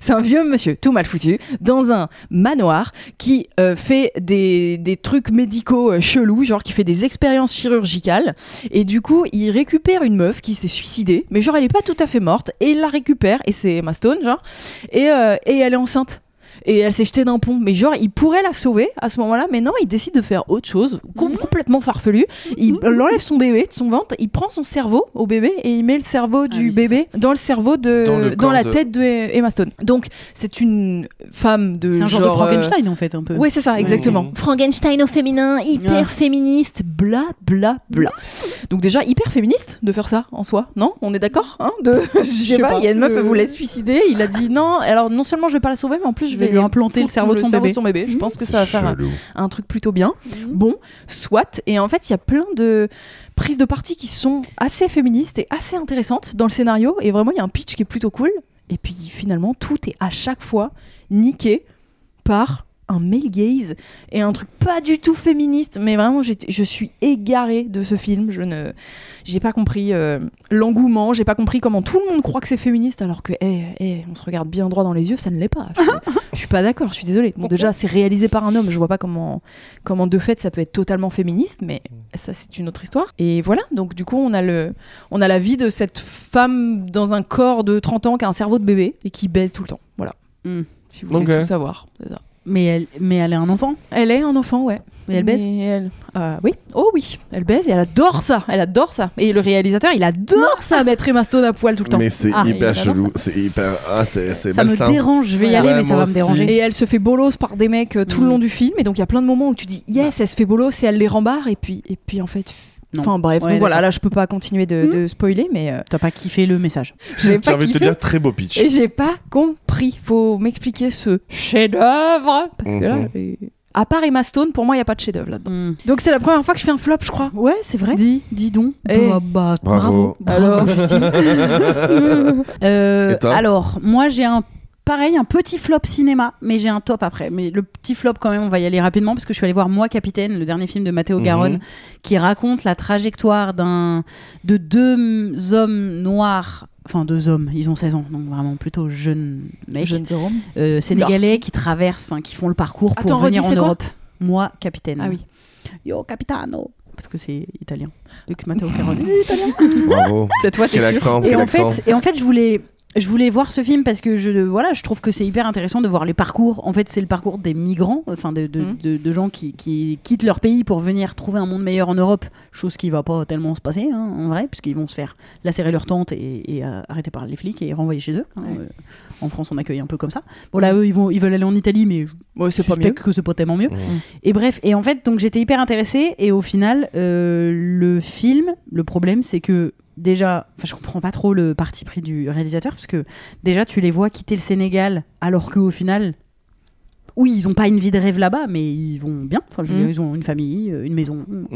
C'est un vieux monsieur tout mal foutu dans un manoir qui euh, fait des, des trucs médicaux euh, chelous, genre qui fait des expériences chirurgicales. Et du coup, il récupère une meuf qui s'est suicidée, mais genre elle est pas tout à fait morte. Et il la récupère, et c'est Emma Stone, genre. Et, euh, et elle est enceinte. Et elle s'est jetée d'un pont. Mais genre, il pourrait la sauver à ce moment-là, mais non, il décide de faire autre chose, com- complètement farfelu. Il il enlève son bébé de son ventre, il prend son cerveau au bébé et il met le cerveau du oui, c'est bébé dans le cerveau de. Dans le Euh, dans, corps la de- tête de Emma Stone. Donc, c'est une femme de. C'est un genre, de Frankenstein en fait, un peu. euh, Ouais, c'est ça, exactement. Mhm. Frankenstein au féminin, hyper Ouais. féministe, bla bla bla. Donc, déjà, hyper féministe de faire ça en soi, non On est d'accord hein de... [laughs] Je sais sais pas, pas, il y a une meuf, le- elle voulait se suicider, il a dit non, alors non seulement je vais pas la sauver, mais en plus je Je vais vais lui implanter le foutre cerveau de son bébé. Je pense que ça va faire un- Chelou. un truc plutôt bien. Bon, soit. Et en fait, il y a plein de prises de parti qui sont assez féministes et assez intéressantes dans le scénario. Et vraiment, il y a un pitch qui est plutôt cool. Et puis finalement, tout est à chaque fois niqué par un male gaze et un truc pas du tout féministe. Mais vraiment, j'étais- je suis égarée de ce film. Je ne, j'ai pas compris euh, l'engouement. J'ai pas compris comment tout le monde croit que c'est féministe alors que, eh, eh, on se regarde bien droit dans les yeux, ça ne l'est pas. Je, je suis pas d'accord. Je suis désolée. Bon, déjà, c'est réalisé par un homme. Je vois pas comment comment de fait ça peut être totalement féministe, mais ça c'est une autre histoire. Et voilà, donc du coup on a, le, on a la vie de cette femme dans un corps de 30 ans qui a un cerveau de bébé et qui baise tout le temps. Voilà. Mm. Si vous voulez Ok. tout savoir. c'est ça. Mais elle, mais elle est un enfant. Elle est un enfant, ouais. Et elle baise Mais elle- euh, Oui. Oh oui, elle baise et elle adore ça. Elle adore ça. Et le réalisateur, il adore ça, mettre Emma Stone à poil tout le temps. Mais c'est Ah, hyper il adore chelou. C'est hyper. Ah, c'est c'est Ça me malsain. dérange, je vais y Ouais, aller, mais moi ça va me aussi. déranger. Et elle se fait bolos par des mecs euh, tout le Mm. long du film. Et donc il y a plein de moments où tu dis yes, elle se fait bolos et elle les rembarre. Et puis, et puis en fait. Non. Enfin bref, Ouais, donc voilà, d'accord. Mm. là je peux pas continuer de, de spoiler, [laughs] mais euh, T'as pas kiffé le message. j'ai J'ai pas envie de te kiffé. dire très beau pitch. Et j'ai pas compris. Faut m'expliquer ce chef-d'œuvre. Parce que là, Mhm. j'ai- à part Emma Stone, pour moi, il n'y a pas de chef-d'œuvre là-dedans. Donc c'est la première fois que je fais un flop, je crois. Ouais, c'est vrai. Dis, dis donc. Eh. Bah, bah, Bravo. bravo. bravo. Euh, [laughs] Et toi alors, moi j'ai un pareil un petit flop cinéma, mais j'ai un top après. Mais le petit flop quand même, on va y aller rapidement parce que je suis allée voir Moi Capitaine, le dernier film de Matteo Mhm. Garonne, qui raconte la trajectoire d'un de deux hommes noirs. Enfin, deux hommes, ils ont 16 ans, donc vraiment plutôt jeunes mecs, euh, sénégalais qui traversent, enfin qui font le parcours pour Attends, venir en redis, c'est quoi Europe. Moi, capitaine. Ah oui. Yo, capitano. Parce que c'est italien. Donc Matteo Garonne. Bravo. Cette fois, t'es [laughs] Quel sûr. accent, Et quel en, accent. fait, et en fait, je voulais Je voulais voir ce film parce que je, voilà, je trouve que c'est hyper intéressant de voir les parcours. En fait, c'est le parcours des migrants, enfin de, de, Mhm. de- de gens qui, qui quittent leur pays pour venir trouver un monde meilleur en Europe, chose qui va pas tellement se passer hein, en vrai, puisqu'ils vont se faire lacérer leur tente et, et, euh, arrêter par les flics et renvoyer chez eux. hein. Ouais. Euh, En France, on accueille un peu comme ça. Bon là, eux, ils, vont, ils veulent aller en Italie, mais je Ouais, c'est pas mieux. suspecte que c'est pas tellement mieux. Mmh. Et bref, et en fait, donc j'étais hyper intéressée. Et au final, euh, le film, le problème, c'est que déjà, enfin, je comprends pas trop le parti pris du réalisateur, parce que déjà, tu les vois quitter le Sénégal, alors qu'au final, oui, ils ont pas une vie de rêve là-bas, mais ils vont bien. Enfin, je veux Mm. dire, ils ont une famille, euh, une maison, Mhm.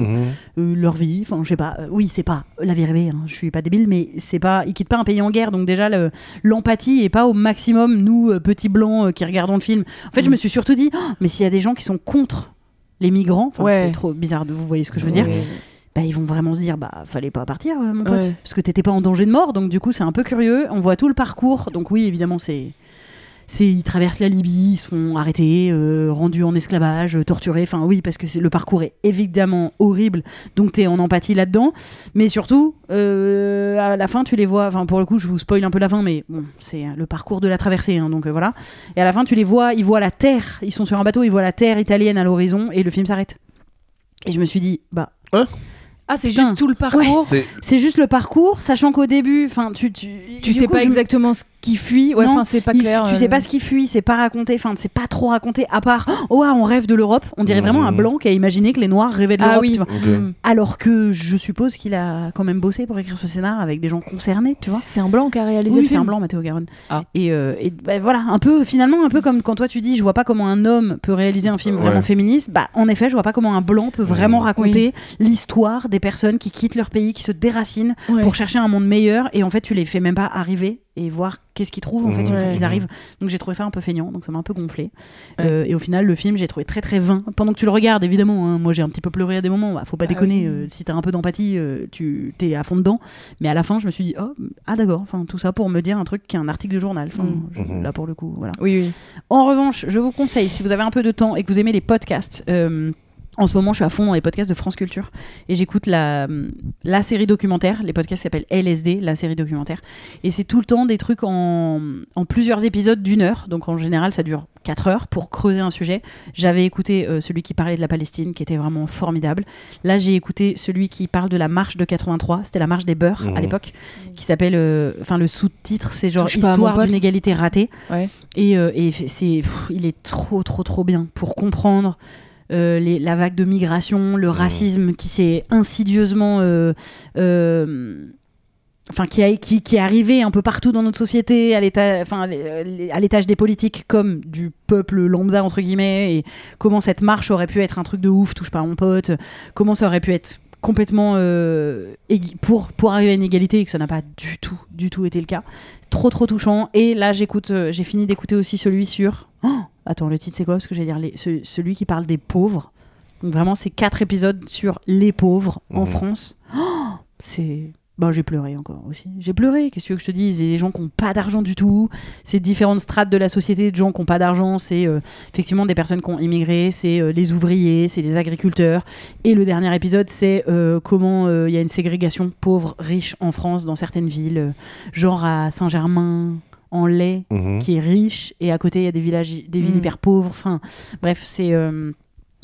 euh, leur vie. Enfin, je sais pas. Euh, Oui, c'est pas la vie rêvée. hein, Je suis pas débile, mais c'est pas. Ils quittent pas un pays en guerre, donc déjà le- l'empathie est pas au maximum. Nous, euh, petits blancs euh, qui regardons le film. En fait, je me suis surtout dit, Oh, mais s'il y a des gens qui sont contre les migrants, enfin, Ouais. c'est trop bizarre. De, vous voyez ce que je veux dire bah, ils vont vraiment se dire bah fallait pas partir euh, mon pote Ouais. parce que t'étais pas en danger de mort donc du coup c'est un peu curieux on voit tout le parcours donc oui évidemment c'est c'est ils traversent la Libye ils se font arrêter euh, rendus en esclavage euh, torturés enfin oui parce que c'est le parcours est évidemment horrible donc t'es en empathie là dedans mais surtout euh, à la fin tu les vois enfin pour le coup je vous spoil un peu la fin mais bon c'est euh, le parcours de la traversée hein, donc euh, voilà et à la fin tu les vois ils voient la terre ils sont sur un bateau ils voient la terre italienne à l'horizon et le film s'arrête et je me suis dit bah Ah, c'est Putain. juste tout le Ouais. parcours. C'est c'est juste le parcours, sachant qu'au début, enfin, tu, tu, Tu du sais coup, pas je- exactement ce qui fuit. Ouais, Non, enfin, c'est pas il- clair. tu euh, sais pas ce qui fuit, c'est pas raconté, enfin, c'est pas trop raconté, à part, oh, ah, on rêve de l'Europe, on dirait vraiment un Mhm. blanc qui a imaginé que les Noirs rêvaient de l'Europe, Ah oui. tu vois. Ok. Mm. Alors que je suppose qu'il a quand même bossé pour écrire ce scénar avec des gens concernés, tu vois. C'est un blanc qui a réalisé Oui, le c'est film. un blanc, Mathéo Garonne. Ah. Et, euh, et, bah, voilà, un peu, finalement, un peu comme quand toi tu dis, je vois pas comment un homme peut réaliser un film Ouais. vraiment féministe. Bah, en effet, je vois pas comment un blanc peut vraiment Mhm. raconter l'histoire des personnes qui quittent leur pays, qui se déracinent Ouais. pour chercher un monde meilleur et en fait tu les fais même pas arriver et voir qu'est-ce qu'ils trouvent en fait une Ouais. fois qu'ils arrivent donc j'ai trouvé ça un peu feignant donc ça m'a un peu gonflé Euh, et au final le film j'ai trouvé très très vain pendant que tu le regardes évidemment hein, moi j'ai un petit peu pleuré à des moments bah, faut pas Bah déconner oui. euh, si t'as un peu d'empathie euh, tu t'es à fond dedans mais à la fin je me suis dit oh ah d'accord enfin tout ça pour me dire un truc qui est un article de journal enfin Mm. je- Mhm. là pour le coup voilà Oui, oui. en revanche, je vous conseille, si vous avez un peu de temps et que vous aimez les podcasts, euh, en ce moment, je suis à fond dans les podcasts de France Culture et j'écoute la, euh, la série documentaire. Les podcasts s'appellent LSD, la série documentaire. Et c'est tout le temps des trucs en, en plusieurs épisodes d'une heure. Donc en général, ça dure 4 heures pour creuser un sujet. J'avais écouté euh, celui qui parlait de la Palestine, qui était vraiment formidable. Là, j'ai écouté celui qui parle de la marche de 83. C'était la marche des beurs Mhm. à l'époque, qui s'appelle. euh, Enfin, le sous-titre, c'est genre Touche pas à mon Histoire pote. d'une égalité ratée. Ouais. Et, euh, et f- c'est, pff, il est trop, trop, trop bien pour comprendre euh, les- la vague de migration, le racisme qui s'est insidieusement. euh, euh, Enfin, qui, a- qui, qui est arrivé un peu partout dans notre société, à l'éta- enfin, les- les- à l'étage des politiques comme du peuple lambda, entre guillemets, et comment cette marche aurait pu être un truc de ouf, touche pas à mon pote, comment ça aurait pu être complètement euh, égui- pour, pour arriver à une égalité et que ça n'a pas du tout, du tout été le cas. Trop, trop touchant. Et là, j'écoute, euh, j'ai fini d'écouter aussi celui sur. Oh Attends, le titre c'est quoi Parce que j'allais dire les- ce- celui qui parle des pauvres. Donc vraiment, c'est quatre épisodes sur les pauvres en Mhm. France. Oh c'est. Bah, j'ai pleuré encore aussi. J'ai pleuré, qu'est-ce que tu veux que je te dise Il y a des gens qui n'ont pas d'argent du tout. C'est différentes strates de la société de gens qui n'ont pas d'argent. C'est euh, effectivement des personnes qui ont immigré, c'est euh, les ouvriers, c'est les agriculteurs. Et le dernier épisode, c'est euh, comment euh, il y a une ségrégation pauvre-riche en France dans certaines villes, euh, genre à Saint-Germain, en Laye, Mhm. qui est riche, et à côté, il y a des, villages, des villes Mm. hyper pauvres. Enfin, bref, c'est. euh,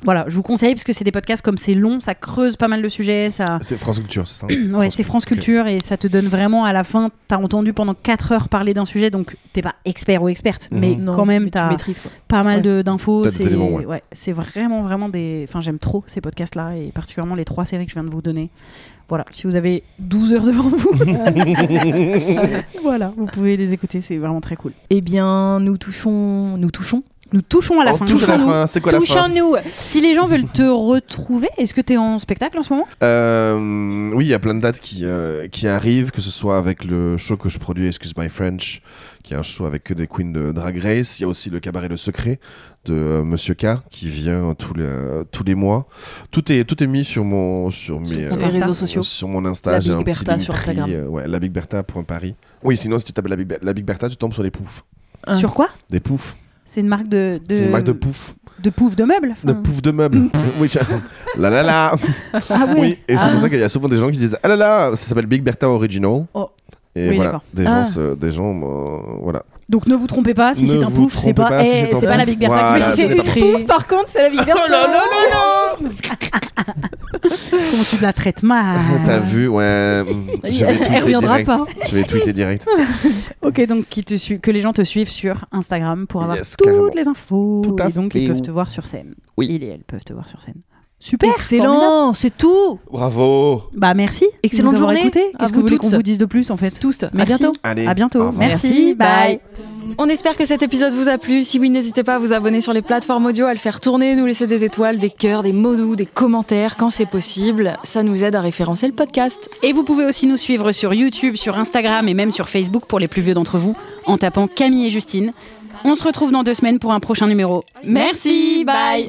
voilà, je vous conseille parce que c'est des podcasts comme c'est long, ça creuse pas mal le sujet, ça. C'est France Culture, c'est ça [clears throat] Ouais, c'est France Culture et ça te donne vraiment à la fin, t'as entendu pendant 4 heures parler d'un sujet, donc t'es pas expert ou experte, Mhm. mais Non, quand même mais tu t'as maîtrises, quoi. pas mal Ouais. de d'infos. T'as des C'est éléments, ouais. ouais, c'est vraiment, vraiment des. Enfin, j'aime trop ces podcasts-là et particulièrement les trois séries que je viens de vous donner. Voilà, si vous avez 12 heures devant [laughs] vous, voilà, vous pouvez les écouter, c'est vraiment très cool. Eh bien, nous touchons. Nous touchons. Nous touchons à la On fin. touche à la Touchons-nous. fin. C'est quoi la fin Touchons-nous Si les gens veulent te retrouver, est-ce que t'es en spectacle en ce moment Euh, oui, il y a plein de dates qui, euh, qui arrivent, que ce soit avec le show que je produis, Excuse My French, qui est un show avec que des queens de Drag Race. Il y a aussi le cabaret Le Secret de euh, Monsieur K, qui vient euh, tous les, euh, tous les mois. Tout est, tout est mis sur mon, sur mes, sur euh, tes Insta. réseaux sociaux. Sur mon Insta, La j'ai Big un Bertha petit sur linktree, Instagram. euh, ouais, labigbertha.paris. Oui, sinon si tu tapes la Big, Ber- la Big Bertha, tu tombes sur les poufs. Hein. Sur quoi Des poufs. C'est une marque de. de C'est une marque de poufs. de pouf de meubles Ah. enfin. De poufs de meubles. Mm. [laughs] oui, j'ai- la la la. [laughs] Ah ouais. Oui, et c'est Ah, pour ça qu'il y a souvent des gens qui disent Ah là là, ça s'appelle Big Bertha Original. Oh. Et Et Oui, voilà, d'accord. des gens, Ah. se- des gens euh, voilà. Donc ne vous trompez pas, si Ne c'est un vous pouf, c'est trompez pas, pas, si eh, c'est un c'est pas pouf, la Big Bertha voilà, que mais Ah, c'est si pas j'ai une grave. pouffe, par contre, c'est la Oh vie verte. Comment tu la traites mal [laughs] T'as [laughs] vu, ouais. Je vais Ah. Elle tweeter reviendra direct. pas. Je vais [laughs] tweeter direct. Ok, donc qui te su- que les gens te suivent sur Instagram pour avoir Yes, toutes carrément. les infos. Tout à et donc fait. ils peuvent te voir sur scène. Oui. Ils et elles peuvent te voir sur scène. Super, formidable. Excellent, c'est tout. Bravo. Bah merci. de Excellente nous avoir journée écoutés. à Qu'est-ce que vous vous voulez qu'on toutes. vous dise de plus en fait Tous. À Merci. bientôt. Allez. À au bientôt. revoir. Merci. Bye. On espère que cet épisode vous a plu. Si oui, n'hésitez pas à vous abonner sur les plateformes audio, à le faire tourner, nous laisser des étoiles, des cœurs, des mots doux, des commentaires quand c'est possible. Ça nous aide à référencer le podcast. Et vous pouvez aussi nous suivre sur YouTube, sur Instagram et même sur Facebook pour les plus vieux d'entre vous en tapant Camille et Justine. On se retrouve dans deux semaines pour un prochain numéro. Merci, bye